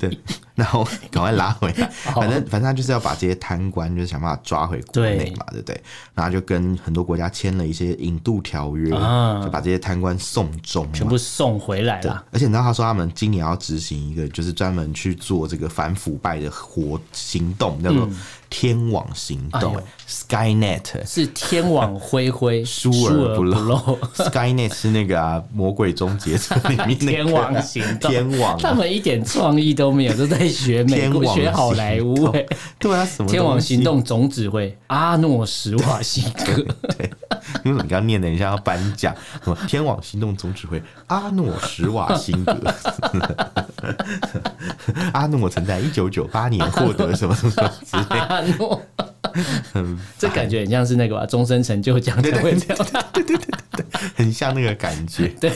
A: 对。然后赶快拉回来，
B: 好
A: 反正反正他就是要把这些贪官就是想办法抓回国内嘛，对不对？然后就跟很多国家签了一些引渡条约，
B: 啊
A: 就把这些贪官送终嘛，
B: 全部送回来啦。
A: 而且你知道，他说他们今年要执行一个，就是专门去做这个反腐败的活行动，叫做“天网行动、
B: 嗯哎
A: ”（Skynet）。
B: 是天网恢恢，
A: <laughs> 疏
B: 疏
A: 而不
B: 不
A: 漏
B: <laughs> 漏。
A: Skynet 是那个、啊《魔鬼终结者》里面那个
B: 天网行动，
A: 天网啊、
B: 他们一点创意都没有，都在学美
A: 天
B: 国、
A: 网
B: 学好莱坞、
A: 行动
B: 欸。
A: 对啊，什么
B: 天网
A: 东西
B: 行？动总指挥阿诺·史瓦辛格，
A: 因为你刚刚念了一下要颁奖，什么“天网行动”总指挥阿诺·施瓦辛格。 <laughs> 阿诺曾在一九九八年获得什么什么什么 <laughs> 之类的
B: 阿诺，这感觉很像是那个吧，终身成就奖才会
A: <laughs>
B: 这样。
A: 很像那个感
B: <laughs>
A: 觉。对，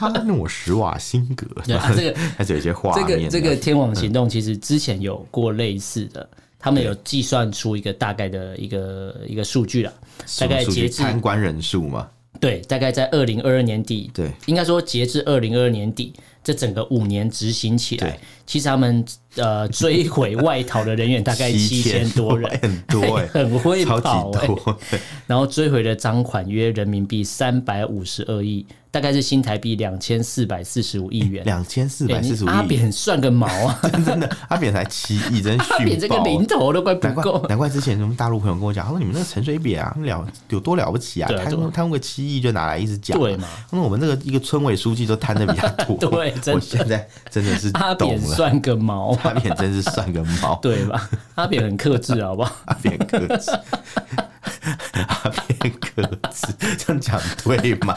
A: 阿诺施瓦辛格，
B: 对啊这个
A: 还是有一些画
B: 这
A: 面啊嗯
B: 个
A: 的。
B: 这个天网行动其实之前有过类似的，他们有计算出一个大概的一个一个数据啦，
A: 什
B: 大
A: 么
B: 概
A: 数据
B: 截至
A: 参观人数嘛，
B: 对，大概在二零二二年底，
A: 对，
B: 应该说截至二零二二年底，这整个五年执行起
A: 对，
B: 来，其实他们呃追回外逃的人员大概七千多人
A: 很多哎、
B: <laughs> 很会
A: 超
B: 跑、
A: 级
B: 欸，
A: 多，
B: 然后追回的赃款约人民币三百五十二亿，大概是新台币两千四百四十五亿元。
A: 两千四
B: 哎
A: 百
B: 你
A: 四十五
B: 阿
A: 亿，
B: 扁算个毛啊！
A: <laughs> 真的，阿扁才七亿，真
B: 阿扁
A: 逊
B: 这个
A: 爆
B: 零
A: 了。
B: 头都快不
A: 难怪
B: 够，
A: 难怪之前什么大陆朋友跟我讲，他说你们那个陈水扁啊了有多了不起啊，
B: 对啊
A: 贪
B: 对
A: 污
B: 啊
A: 贪污个七亿就拿来一直讲，
B: 对嘛？
A: 那我们这个一个村委书记都贪的比他多，
B: <laughs> 对真的
A: 我现在真的是
B: 阿
A: 懂
B: 扁
A: 了，
B: 算
A: <laughs>
B: 个毛，
A: 阿扁真是算个毛，
B: 对吧？阿扁很克制，好
A: <laughs>
B: 不好？
A: 阿扁克制，阿扁克制，这样讲对
B: <laughs>
A: 吗？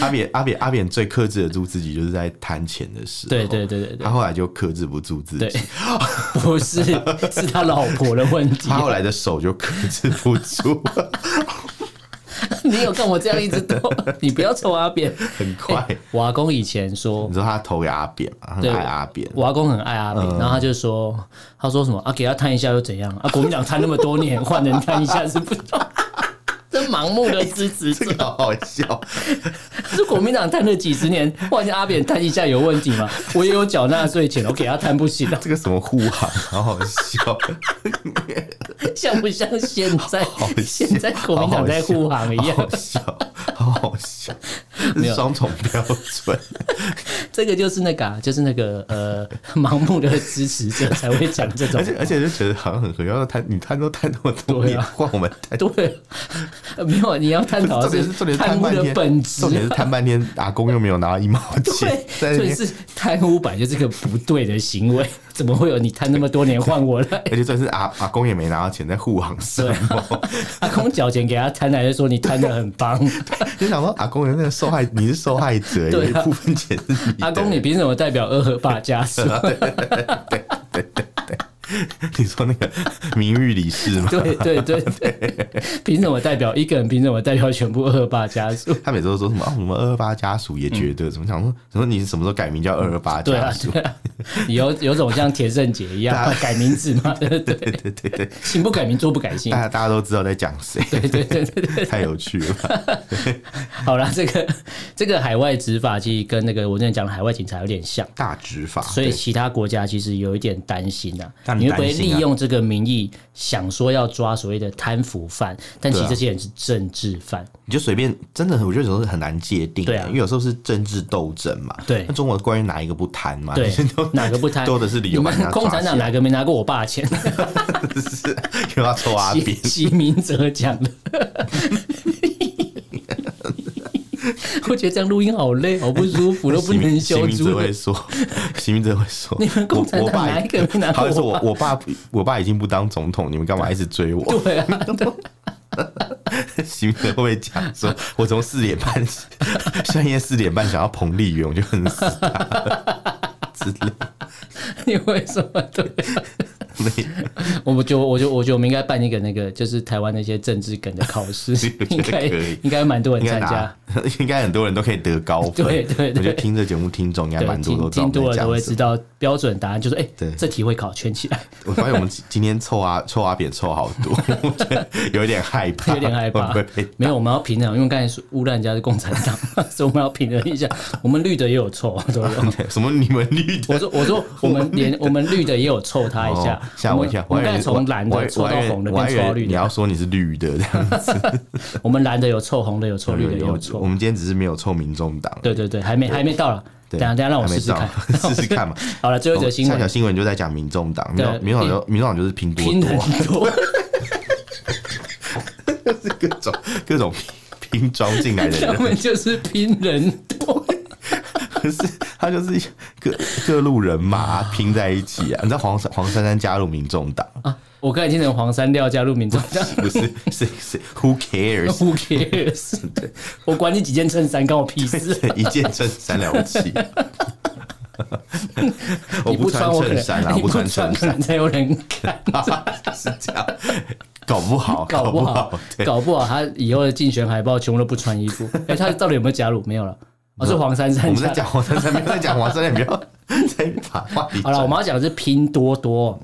A: 阿扁阿扁阿扁最克制得住自己，就是在贪钱的时候。
B: 对对对对对
A: 他后来就克制不住自
B: 对
A: 己，，
B: 不
A: <laughs>
B: 是是他老婆的问题
A: 他。后来的手就克制不住，
B: <laughs> 你有看我这样一直
A: <laughs>
B: 抖，你不要抽阿扁。
A: 很
B: <laughs>
A: 快。
B: 我阿公以前说
A: 你，说他投给阿扁嘛？很
B: 哎对
A: 爱阿扁，嗯
B: 我阿公很爱阿扁，然后他就说，他说什么啊，给他贪一下又怎样啊？国民党贪那么多年，换人贪一下是
A: <laughs>
B: 不懂。这盲目的支持
A: 这
B: 者，
A: 个好好笑。
B: 是国民党贪了几十年，换阿扁贪一下有问题吗？我也有缴纳税钱，我给他贪不行啊，
A: 这个什么护航，好好笑，
B: 像不像现在
A: 好笑
B: 现在国民党在护航一
A: 好
B: 样？
A: 好笑，好好笑，这
B: 没
A: 是
B: 有
A: 双重标
B: <laughs>
A: 准。
B: 这个就是那个、啊，就是那个呃， <laughs> 盲目的支持者才会讲这种
A: 而。且而且就觉得好像很合理，要贪你贪都贪那么多
B: 对
A: 年，
B: 啊
A: 换、我们贪。
B: 对，啊 <laughs> 没有你要探讨
A: 重
B: 的
A: 点是重点是
B: 贪
A: 贪
B: 污
A: 半
B: 的
A: 天，
B: 本质啊
A: 重点是贪半天，阿公又没有拿到一毛钱，在那
B: 对，所以
A: 边
B: 是贪污本来就是个不对的行为， <laughs> 怎么会有你贪那么多年换我来？
A: 而且这是阿阿公也没拿到钱在护航 <laughs> 什
B: 啊
A: 么，
B: 阿公缴钱给他贪，还是说你贪的很
A: <laughs>
B: 棒？
A: 就想说阿公的那个受害，你是受害者，有
B: <laughs> 对啊
A: 一部分钱是你的
B: 阿公，你凭什么代表二和爸家
A: <laughs>
B: 属？
A: 你说那个 <laughs> 名誉理事吗？
B: 对对对对， <laughs> 凭什么代表一个人？凭什么代表全部二和爸家属？
A: 他每次都说什么、啊、什么二二八家属也觉
B: 嗯
A: 得、怎么想说，什么你什么时候改名叫二二八
B: 对
A: 家
B: 啊
A: 属？
B: 对啊，你有有种像田胜杰一样改名字
A: <laughs>
B: 嘛？对不对？
A: 对对对对，
B: 行不改名，坐不改姓
A: 大。家大家都知道在讲谁，
B: 对对对对对，
A: <laughs> 太有趣了。
B: 好啦，这个这个海外执法其实跟那个我之前讲的海外警察有点像。
A: 大执法，
B: 所以
A: 啊对
B: 其他国家其实有一点担心呐、
A: 他们
B: 你会不会
A: 担心啊
B: 利用这个名义想说要抓所谓的贪腐犯？但其实
A: 对啊
B: 这些人是政治犯，
A: 你就随便，真的我觉得有时候是很难界定的，
B: 对啊
A: 因为有时候是政治斗争嘛。
B: 对
A: 那中国的官员哪一个不贪嘛？
B: 对
A: 啊 <laughs> 都，
B: 哪个不贪？
A: 多的是理由
B: 你
A: 把人
B: 们
A: 家
B: 共
A: 抓
B: 产
A: 起
B: 党
A: 来，
B: 哪个没拿过我爸的钱？
A: 是 <laughs> 又要抽阿
B: <laughs> 习
A: 扁，
B: 习明哲讲的。 <laughs> 我觉得这样录音好累，好不舒服，都不
A: <laughs>
B: 能
A: 习
B: 修
A: 明哲
B: 猪了
A: 会。说， <laughs> 习明哲会说，
B: <laughs> 你们共产
A: 我我
B: 党
A: 爸
B: 哪一个没拿过
A: 好像是
B: 我
A: 我
B: 爸
A: 我爸我爸已经不当总统，你们干嘛一直追 <laughs> 我？
B: <laughs> 对啊，对
A: 习明哲会不会讲说，我从四点半深夜四点半想要彭丽媛，我就恨死他
B: <laughs>
A: 了之类
B: 你为什么对？
A: 的。
B: 我们就我就我觉得我们应该办一个那个，就是台湾那些政治梗的考
A: <laughs>
B: 试
A: 我觉，得
B: 应该
A: 可以
B: 应该蛮多人
A: 应该
B: 参加
A: 拿。，应该很多人都可以得高分。
B: 对对对
A: 我觉得听这节目听众应该
B: 对，
A: 蛮多
B: 听
A: 都知道
B: 听
A: 我
B: 多
A: 们
B: 了
A: 在
B: 都会
A: 讲什
B: 知
A: 么。
B: 道标准答案，就是哎、
A: 对
B: 这题会考，圈起来。
A: 我发现我们今天凑啊凑啊扁凑好多，我觉得有一点害怕，
B: 有点害
A: <laughs>
B: 怕
A: 会不会被。
B: 没有，我们要平衡，因为刚才说污染人家是共产党， <laughs> 所以我们要平衡一下。我们绿的也有臭，都有。
A: 什么你们绿
B: 我
A: 的？
B: 说，我说，
A: <laughs>
B: 我们连我们绿的也有臭他一下
A: 哦，吓我一跳！
B: 我
A: 我还
B: 们
A: 以
B: 刚才
A: 为
B: 从蓝
A: 我还
B: 的臭到红的，
A: 我
B: 变
A: 还以为
B: 臭到
A: 我还以为
B: 绿
A: 你
B: 的。
A: 要说你是绿的这样子， <laughs>
B: 我们蓝的有臭，红的有臭， <laughs> 绿的也有
A: 我
B: 臭。
A: 们今天只是嗯没有凑民众党，
B: 对对对，还没还没到了，
A: 对，
B: 等一下等一下让我
A: 还没
B: 试试
A: 到 <laughs>
B: 看，
A: 试试看嘛。哦
B: <laughs> 好了，最后一则新
A: 下小
B: 闻，
A: 新闻就在讲民众党，民
B: 对
A: 众民众党就民众党就是拼多
B: 拼
A: 多
B: 很
A: 啊，
B: 多。
A: <laughs> 就是各种各种拼拼装进来的
B: <laughs> 他
A: 人，
B: 们就是拼人多，
A: <laughs> 可是他就是各各路人马拼在一起啊！你知道黄珊黄珊珊加入民众党，
B: 啊我刚才听成黄山料加入民众党
A: 不是是是 Who
B: <laughs>
A: cares？
B: ，Who cares？我
A: 啊
B: <laughs> 管你几件衬衫，关我屁事。
A: 一件衬衫了不起。 <laughs> 我
B: 你不
A: 穿
B: 我可
A: 衬
B: 能
A: 衫啊，
B: 你
A: 我不穿
B: 穿
A: 衬
B: 可能
A: 衫
B: 才有人看，
A: <laughs> 是这样，搞不好，
B: <laughs> 搞
A: 不
B: 不好，
A: 对，
B: 搞不好他以后的竞选海报全部都不穿
A: <laughs>
B: 衣服。哎，他到底有没有加入？没有了，哦我是黄珊
A: 我
B: 珊
A: 们在
B: 加入。
A: 讲黄珊珊，没有在讲黄珊珊，不要再把话题
B: 好了，我
A: 转
B: 们要讲的是拼多多。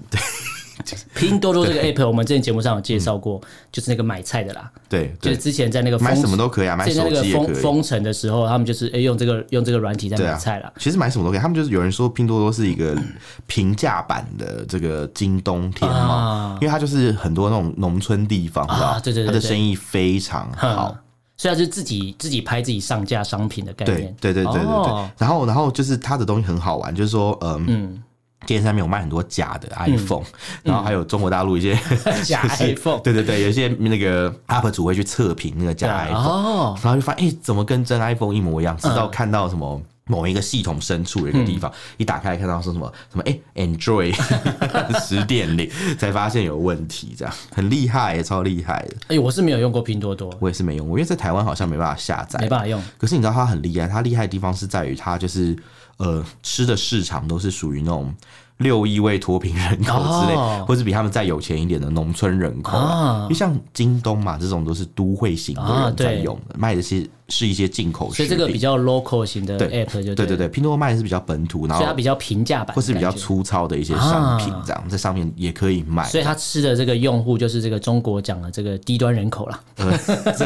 B: 拼多
A: <laughs>
B: 多这个 app，我们之前节目上有介绍过，就是那个买菜的啦，
A: 对
B: 就
A: 嗯对，
B: 是之前在那个
A: 买
B: 封
A: 什么都可以啊，买
B: 之前
A: 手
B: 在那个
A: 机也
B: 封
A: 可以。
B: 封城的时候，他们就是哎、用这个用这个软体在
A: 对
B: 买
A: 啊
B: 菜啦。
A: 其实买什么都可以，他们就是有人说拼多多是一
B: <coughs>
A: 个平价版的这个京东天猫，
B: 啊
A: 因为它就是很多那种农村地方，
B: 啊
A: 你知道吗
B: 对对对
A: 它的
B: 对
A: 生意非常啊好
B: 嗯。，所以它是自己自己拍自己上架商品的概
A: 对
B: 念。
A: 对对对对对，
B: 哦
A: 然后然后就是它的东西很好玩，就是说，嗯，
B: 嗯，
A: 电视上面有卖很多假的 iPhone，、然后还有中国大陆一些
B: <laughs> 假
A: 就是
B: iPhone
A: 对对对，有一些那个 UP 主会去测评那个
B: 对嗯
A: 假
B: 啊
A: iPhone，、
B: 哦，
A: 然后就发现，哎、怎么跟真 iPhone 一模一样？直到看到什么。某一个系统深处有一个地方，
B: 嗯
A: 一打开看到说什么什么哎、Android <laughs> 十点零，才发现有问题，这样很厉害、超厉害的。
B: 哎、我是没有用过拼多多，
A: 我也是没用过，因为在台湾好像没办法下载，
B: 没办法用。
A: 可是你知道它很厉害，它厉害的地方是在于它就是呃吃的市场都是属于那种六亿位脱贫人口之类，
B: 哦
A: 或是比他们再有钱一点的农村人口、啊。
B: 啊
A: 因为像京东嘛这种都是都会型的
B: 啊
A: 人在
B: 对
A: 用的，卖的是是一些进口
B: 所
A: 食
B: 以这个比
A: 品。
B: 较 local 型的
A: 对
B: app
A: 对
B: 就
A: 对
B: 对了，
A: 对，拼多多卖的是比较本土，然
B: 所以它
A: 后
B: 比较平价版，
A: 或是比较。粗糙的一些商品
B: 啊，
A: 这样在上面也可以卖。
B: 所以它吃的这个用户就是这个中国讲的这个低端人口啦，
A: <laughs>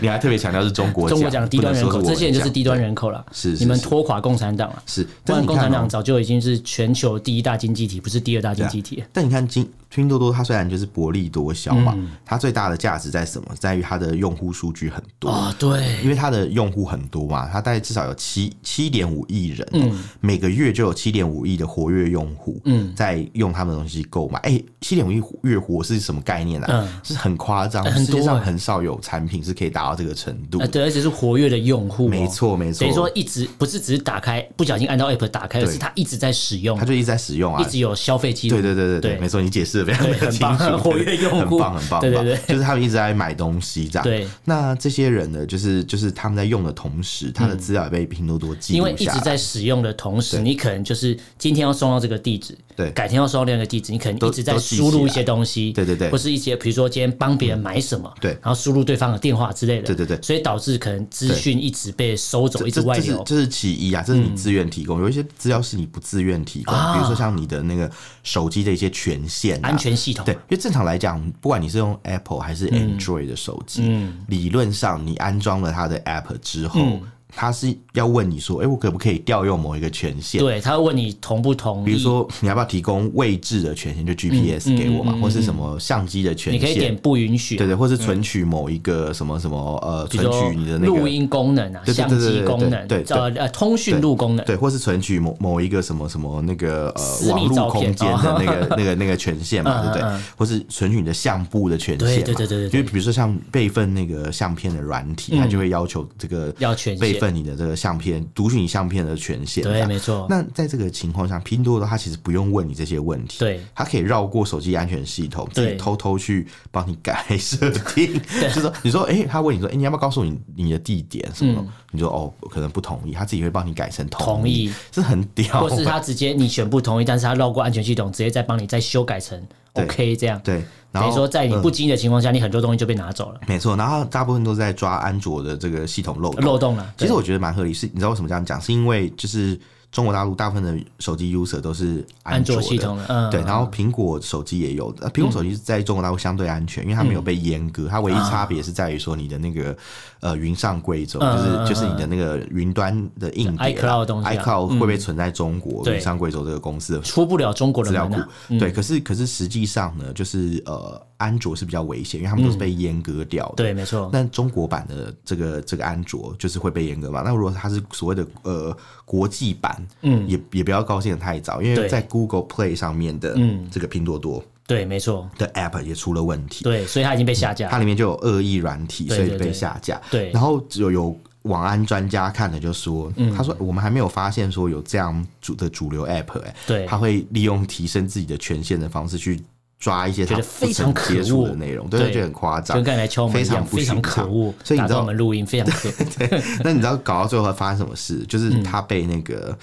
A: 你还特别强调是中国
B: 中国讲的低端人口，这些人就是低端
A: 人
B: 人口啦。
A: 是是
B: 你们
A: 是
B: 拖垮共产党了，
A: 是，
B: 不
A: 但是
B: 然
A: 你
B: 共产
A: 看哦
B: 党早就已经是全球第一大经济体，不是第二大经济体。
A: 但你看金拼多多，它虽然就是薄利多销嘛，
B: 嗯
A: 它最大的价值在什么？在于它的用户数据很多。
B: 哦，对，
A: 因为它的用户很多嘛，它大概至少有七七点五亿人、
B: 嗯
A: 每个月就有七点五亿的活跃用户，嗯，在用他们的东西购买。哎、七点五亿月活是什么概念啊？
B: 嗯
A: 是很夸张，
B: 很多
A: 世界上
B: 欸
A: 很少有产品是可以达到这个程度。
B: 呃，对，而且是活跃的用户哦、
A: 没错，没错，
B: 等于说一直不是只是打开，不小心按到 app 打开，而
A: 对
B: 是他一直在使用
A: 他。就一一直在使用啊
B: 一，直有消费记录。
A: 对对对对对，
B: 对
A: 没错，你解释的非
B: 对
A: 常
B: 很
A: 清
B: 棒
A: 楚，
B: 活跃用户
A: 很棒很棒，
B: 对对对
A: 很棒就是他们一直在买东西这样。
B: 对
A: 那这些人呢，就是就是他们在用的同时，他的资料也被拼多多记
B: 嗯因
A: 录
B: 为一
A: 下
B: 直
A: 来，
B: 在使用的同时，
A: 对
B: 你可能就是今天要送到这个地址，
A: 对
B: 改天要送到另一个地址，你可能
A: 都
B: 一直在
A: 都记
B: 输
A: 起
B: 入
A: 来
B: 一些东西，
A: 对对对嗯
B: 或是一些比如说今天帮别人买什么，
A: 对
B: 然后输入对方的电话之类的，
A: 对对对
B: 所以导致可能资讯一直被收走，一直
A: 这
B: 外
A: 这是
B: 流。嗯
A: 这是其一啊，这是你自愿提供，有一些资料是你不自愿提供，
B: 啊
A: 比如说像你的那个手机的一些权限、啊、
B: 安全系统
A: 对，因为正常来讲，不管你是用 Apple 还是
B: 嗯
A: Android 的手机，理论上你安装了它的 App 之后，
B: 嗯
A: 它是要问你说，哎、我可不可以调用某一个权限？
B: 对，他会问你同不同意，
A: 比如说，你要不要提供位置的权限，就
B: 嗯
A: GPS 给我嘛，或是什么相机的权
B: 你
A: 限？
B: 可以点不允许，啊
A: 对对，或是存取某一个什么什么呃，
B: 嗯比
A: 存
B: 如说
A: 取你的那个
B: 录音功能啊、
A: 对对
B: 相
A: 对对
B: 机
A: 对对
B: 功能，
A: 对对
B: 呃呃通讯录功能，
A: 对，或是存取某某一个什么什么那个
B: 私
A: 呃
B: 密
A: 网络
B: 照
A: 空
B: 片哦
A: 间的那个那个那个权限嘛，对
B: 嗯
A: 不
B: 嗯
A: 对
B: 嗯？
A: 或是存取你的相簿的权
B: 对
A: 限嘛，
B: 对对对对对嗯
A: 因为比如说像备份那个相片的软体，它就会要求这个
B: 要权限
A: 备份你的这个相片，读取你相片的权限。这
B: 对，
A: 样
B: 没错，
A: 那在这个情况下，拼多多它其实不用问你这些问题，
B: 对
A: 它可以绕过手机安全系统，自
B: 对
A: 己偷偷去帮你改设
B: <laughs>
A: 定。就是说，你说，哎、他问你说，哎、你要不要告诉你你的地点什么的？你说，哦，我可能不同意，他自己会帮你改成同
B: 嗯同意
A: 是很屌
B: 或
A: 欸。
B: 是他直接你选不同意，但是他绕过安全系统，直接再帮你再修改成
A: 对
B: OK 这样。
A: 对，然
B: 等
A: 后
B: 于说，在你
A: 嗯
B: 不经意的情况下，你很多东西就被拿走了，
A: 没错，然后大部分都在抓安卓的这个系统漏洞。
B: 漏洞了。
A: 其实
B: 对
A: 我觉得蛮合理，是你知道为什么这样讲？是因为就是中国大陆大部分的手机 user 都是
B: 安
A: 卓
B: 卓
A: 的
B: 系统了，嗯，
A: 对，然后苹果手机也有，呃苹果手机是在中国大陆相对安全，因为它没有被阉割，它唯一差别是在于说你的那个呃云上贵州，
B: 嗯
A: 就
B: 嗯嗯
A: 是就是你的那个云端的硬碟啦
B: iCloud 的东西啊
A: iCloud 会被存在中国
B: 对
A: 云上贵州这个公司的
B: 出不了中国的
A: 资料
B: 门
A: 库
B: 啊。，
A: 对，可是可是实际上呢，就是呃安卓是比较危险，因为他们都是被
B: 嗯
A: 阉割掉的，
B: 对，没错，
A: 那中国版的这个这个安卓就是会被阉割嘛？那如果它是所谓的呃国际版，嗯，也也不要高兴的太早，因
B: 对嗯
A: 为在 Google Play 上面的这个拼多多
B: 对，没错，
A: 的 App 也出了问题，
B: 对，所以他已经被下架
A: 它
B: 了。
A: 里面就有恶意软体，
B: 对
A: 所以
B: 对对
A: 被下架。
B: 对
A: 嗯然后有有网安专家看了就说，
B: 嗯
A: 他说我们还没有发现说有这样主的主流 App，哎、
B: 对
A: 他会利用提升自己的权限的方式去。抓一些
B: 觉
A: 他
B: 得
A: 不
B: 非常
A: 曾
B: 可
A: 接触的
B: 恶
A: 内容，对，
B: 对
A: 就觉得很夸张，
B: 跟刚才敲门
A: 非
B: 一样，
A: 常不
B: 非常
A: 寻
B: 可
A: 常
B: 恶，
A: 所以你知
B: 打断
A: 道
B: 我们录音非常
A: <laughs>
B: 可恶。
A: 那你知道搞到最后会发生什么事？
B: 嗯
A: 就是他被那个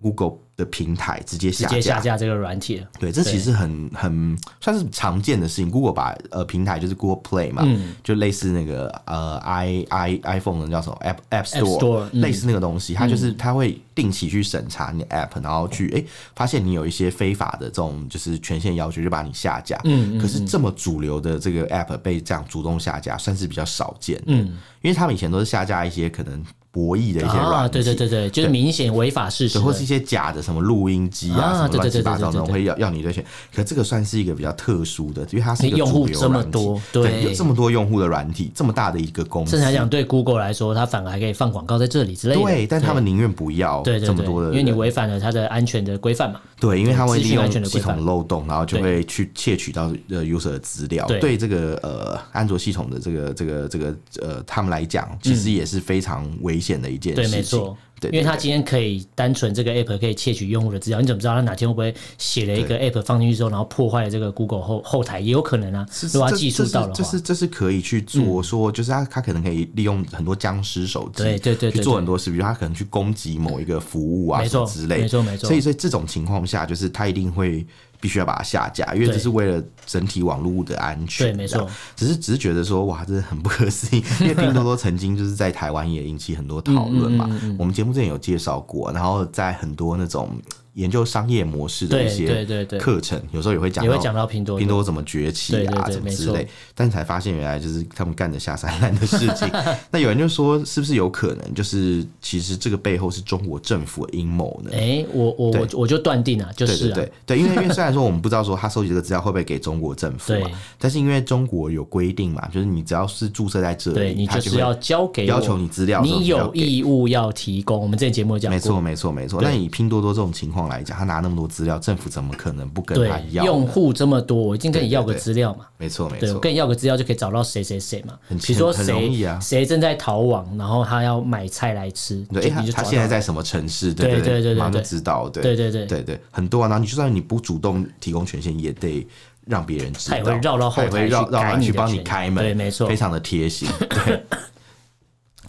A: Google 的平台直接
B: 直
A: 下
B: 接
A: 架。
B: 下架这个软体了。
A: 对，这其实很很算是常见的事情。Google 把呃平台就是 Google Play 嘛，就类似那个呃 i i iPhone 的叫什么 App App Store，, 嗯
B: Store，嗯
A: 类似那个东西，它就是它会定期去审查你的 App，然后去哎、诶发现你有一些非法的这种就是权限要求，就把你下架。嗯可是这么主流的这个 App 被这样主动下架，算是比较少见的。嗯，因为他们以前都是下架一些可能博弈的一些软
B: 啊，
A: 体，
B: 对对对对，就是明显违法事实
A: 对，
B: 了。
A: 或是一些假的什么录音机啊，
B: 啊
A: 什么
B: 对对
A: 乱
B: 对
A: 七八糟那
B: 对对对
A: 种
B: 对
A: 会要要你的选，可这个算是一个比较特殊的，因为它是一个
B: 用
A: 主
B: 户
A: 流
B: 这么
A: 软体
B: 多对
A: 对，有这么多用户的软体，这么大的一个公
B: 正
A: 司
B: 常，来讲，对 Google 来说，它反而还可以放广告在这里之类的。
A: 对，但他们宁愿不要
B: 对对
A: 这么
B: 对，
A: 多的
B: 因
A: 人，
B: 为你违反了它的安全的规范嘛。
A: 对，因为他们会
B: 资讯
A: 利
B: 安
A: 用
B: 全的
A: 系
B: 规范
A: 统漏洞，然后就会去窃取到呃 user 的资料。
B: 对
A: 对这个呃安卓系统的这个这个这个呃他们来讲，其实也是非常危险的一件
B: 嗯对，没
A: 事情。
B: 错。
A: 对，
B: 因为
A: 对
B: 它今天可以单纯这个 app 可以窃取用户的资料，你怎么知道它哪天会不会写了一个 app 放进去之后，然后破坏了这个 Google 后后台，也有可能啊。
A: 是
B: 如果它
A: 这
B: 技术到的
A: 这
B: 话嗯
A: 是，这是这是可以去做，说就是他他可能可以利用很多僵尸手机，
B: 对对对对
A: 去做很多事，比如他可能去攻击某一个服务啊
B: 没
A: 什
B: 错
A: 么之类的，
B: 没错没错
A: 所以所以这种情况下，就是他一定会必须要把它下架，因为
B: 对
A: 这是为了整体网络的安全。
B: 对没错
A: 这样，只是只是觉得说哇，真的很不可思议，因为拼多多曾经就是在台湾也引起很多讨论
B: 嗯
A: 嘛，我们节目之前有介绍过，然后在很多那种。研究商业模式的一
B: 对
A: 些
B: 对对对
A: 课程，有时候也会讲
B: 也会讲到拼多多
A: 拼多多怎么崛起
B: 对对
A: 啊，
B: 对
A: 怎么
B: 没
A: 之
B: 错
A: 类，但才发现原来就是他们干的下三滥的事
B: <laughs>
A: 情。那有人就说，是不是有可能就是其实这个背后是中国政府的阴谋呢？
B: 哎，我我我
A: 对
B: 我就断定啊，就
A: 对
B: 是
A: 对
B: 啊
A: 对，对，因为因为虽然说我们不知道说他收集这个资料会不会给中国政府嘛
B: 对，
A: 但是因为中国有规定嘛，就是你只要是注册在这
B: 对
A: 里，
B: 你
A: 他
B: 就是
A: 会
B: 要交给我
A: 要求你资料的时候
B: 你
A: 你就要
B: 有
A: 给
B: 义务要提供。我们之前节目有讲
A: 没
B: 过
A: 错，，没错，没错。那以拼多多这种情况况来讲，他拿那么多资料，政府怎么可能不跟他
B: 对，
A: 要呢？
B: 用户这么多，我一定跟你要
A: 对
B: 个
A: 对对
B: 资料嘛。
A: 没错没
B: 对，我
A: 错，
B: 跟你要个资料就可以找到谁谁谁嘛。
A: 很
B: 比如说
A: 很很容易
B: 谁
A: 啊
B: 谁正在逃亡，然后他要买菜来吃，
A: 对，
B: 就
A: 哎、
B: 你就
A: 他他
B: 找
A: 现在
B: 到
A: 在什么城市？
B: 对
A: 对
B: 对对对
A: 马上就
B: 对
A: 知道，对
B: 对对对
A: 对对，很多啊。然后你就算你不主动提供权限，也得让别人知道，
B: 他也会绕到后
A: 他也
B: 台
A: 会
B: 去
A: 绕绕
B: 改
A: 来
B: 你
A: 去
B: 的
A: 帮你
B: 权利
A: 开门，
B: 对没错
A: 非常的贴
B: <laughs>
A: 心。对，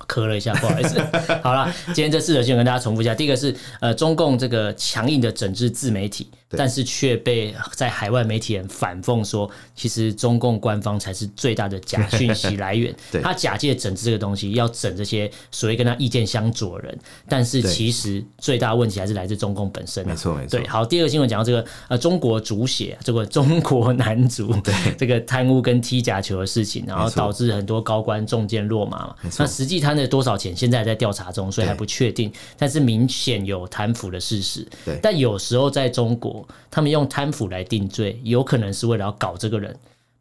B: 咳了一下，不好意思。 <laughs> 好啦，今天这四则新闻跟大家重复一下。第一个是呃，中共这个强硬的整治自媒体，
A: 对
B: 但是却被呃在海外媒体人反讽说，其实中共官方才是最大的假讯息来源
A: <laughs> 对。
B: 他假借整治这个东西，要整这些所谓跟他意见相左的人，但是
A: 对
B: 其实最大问题还是来自中共本身啊、
A: 没错没错
B: 对，好，第二个新闻讲到这个呃，中国足协这个中国
A: <laughs>
B: 男足这个贪污跟踢假球的事情，然后
A: 没错
B: 导致很多高官中箭落马嘛。
A: 错
B: 那实际贪了多少钱，现在还在调查中，所以还
A: 对
B: 不确定。但是明显有贪腐的事实
A: 对。
B: 但有时候在中国，他们用贪腐来定罪，有可能是为了要搞这个人，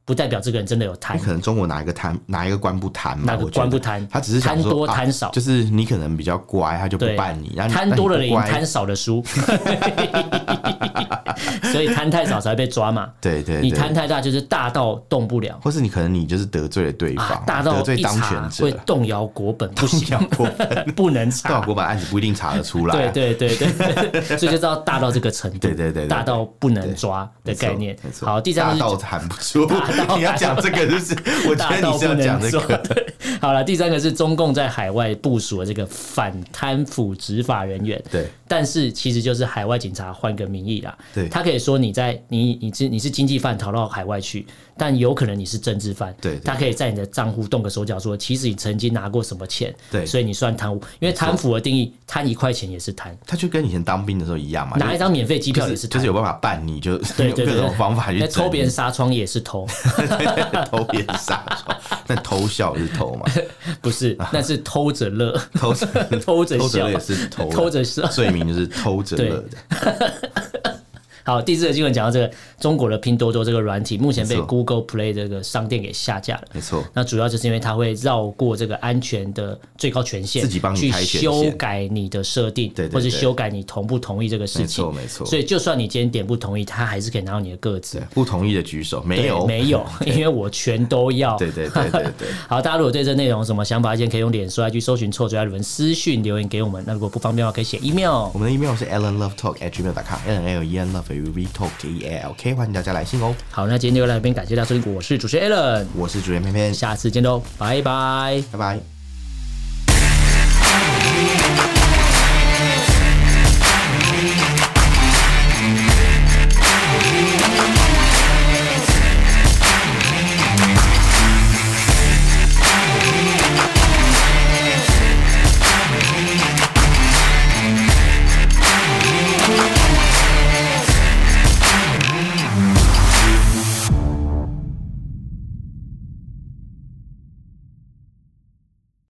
B: 不代表这个人真的有
A: <laughs>
B: 贪
A: 你。可能中国哪一个贪，哪一个官不贪嘛？
B: 哪个
A: 我觉得
B: 官不贪
A: 他只是想说
B: 贪多
A: 啊
B: 贪少
A: 就是你可能比较乖，他就不
B: 对
A: 办你，然后你
B: 贪多了的
A: 你
B: 赢
A: 不，乖
B: 贪少的
A: <laughs>
B: 输， <laughs> 所以贪太少才会被抓嘛。
A: 对对对，
B: 你贪太大就是大到动不了，
A: 或是你可能你就是得罪了对
B: 啊
A: 方，，
B: 大
A: 得
B: 到
A: 罪
B: 一
A: 当
B: 查
A: 权
B: 会
A: 者，
B: 动摇国本，不行，
A: 国
B: <laughs> 不
A: <laughs>
B: 能
A: 对啊，
B: 查。
A: 国版案子不一定查得出来、
B: 对
A: 啊。
B: 对对对，所以就知道大到这个程度，
A: 对对对对对
B: 大到不能抓的概念
A: 没。错
B: 好，第三个
A: 大
B: 是
A: 道谈不出
B: 大，
A: <laughs>
B: 道
A: 你要讲这个
B: <laughs>
A: 就是，我觉
B: 大
A: 得
B: 到
A: 你是
B: 不
A: 要讲
B: 能
A: 这
B: 做。
A: 个，
B: 对， <laughs> 好了，第三个是中共在海外部署的这个反贪腐执法人员。
A: 对，
B: 但是其实就是海外警察换个名义啦。
A: 对
B: 他可以说你在你你是你是经济犯逃到海外去，但有可能你是政治犯。
A: 对对
B: 他可以在你的账户动个手脚说，其实你曾经拿过什么钱，
A: 对
B: 所以你算贪污，因为贪腐的定义，贪一块钱也是贪，
A: 他就跟以前当兵的时候一样嘛，
B: 拿一张免费机
A: 就
B: 票也
A: 啊是
B: 是
A: 就
B: 贪
A: 是。有办法办你，就
B: 对
A: 用
B: 对对，
A: 各种
B: 对
A: 方法去
B: 那偷
A: 整
B: 别人纱窗也是偷， <laughs>
A: <laughs> 偷别人杀手，但偷笑也是偷
B: <laughs>
A: 嘛，<laughs>
B: 不是，那是偷着乐，
A: 偷着
B: 偷着
A: 偷着
B: 笑
A: 乐也是偷啦，
B: 偷着笑
A: 罪名就是偷着乐的，
B: 好，第四个新闻讲到这个中国的拼多多这个软体，目前被
A: 没错哎
B: Google Play 这个商店给下架了。
A: 没错。
B: 那主要就是因为它会绕过这个安全的最高权限，
A: 自己帮你
B: 去
A: 开权限
B: 修改你的设定，
A: 对对
B: 或是
A: 对
B: 修改你同不同意这个事情。
A: 没错没错
B: 所以就算你今天点不同意，它还是可以拿到你的个资
A: 对。，不同意的举手，没
B: 对
A: 有，
B: 没
A: <laughs>
B: 有，因为我全都要。
A: 对对对对对，
B: <laughs> 好，大家如果对这内容有什么想法、意见，可以用脸书、IG 搜寻“臭嘴艾伦”私讯留言给我们。那如果不方便的话，可以写 email
A: 我。们的 email 是 alanlovetalk@gmail.com，a l l e n love u v talk t a l k，欢迎大家来信哦。
B: 好，那今天就到这边，感谢大家收听，我是主持人 Alan，
A: 我是主持人偏偏，
B: 下次见喽，拜拜。
A: 拜拜。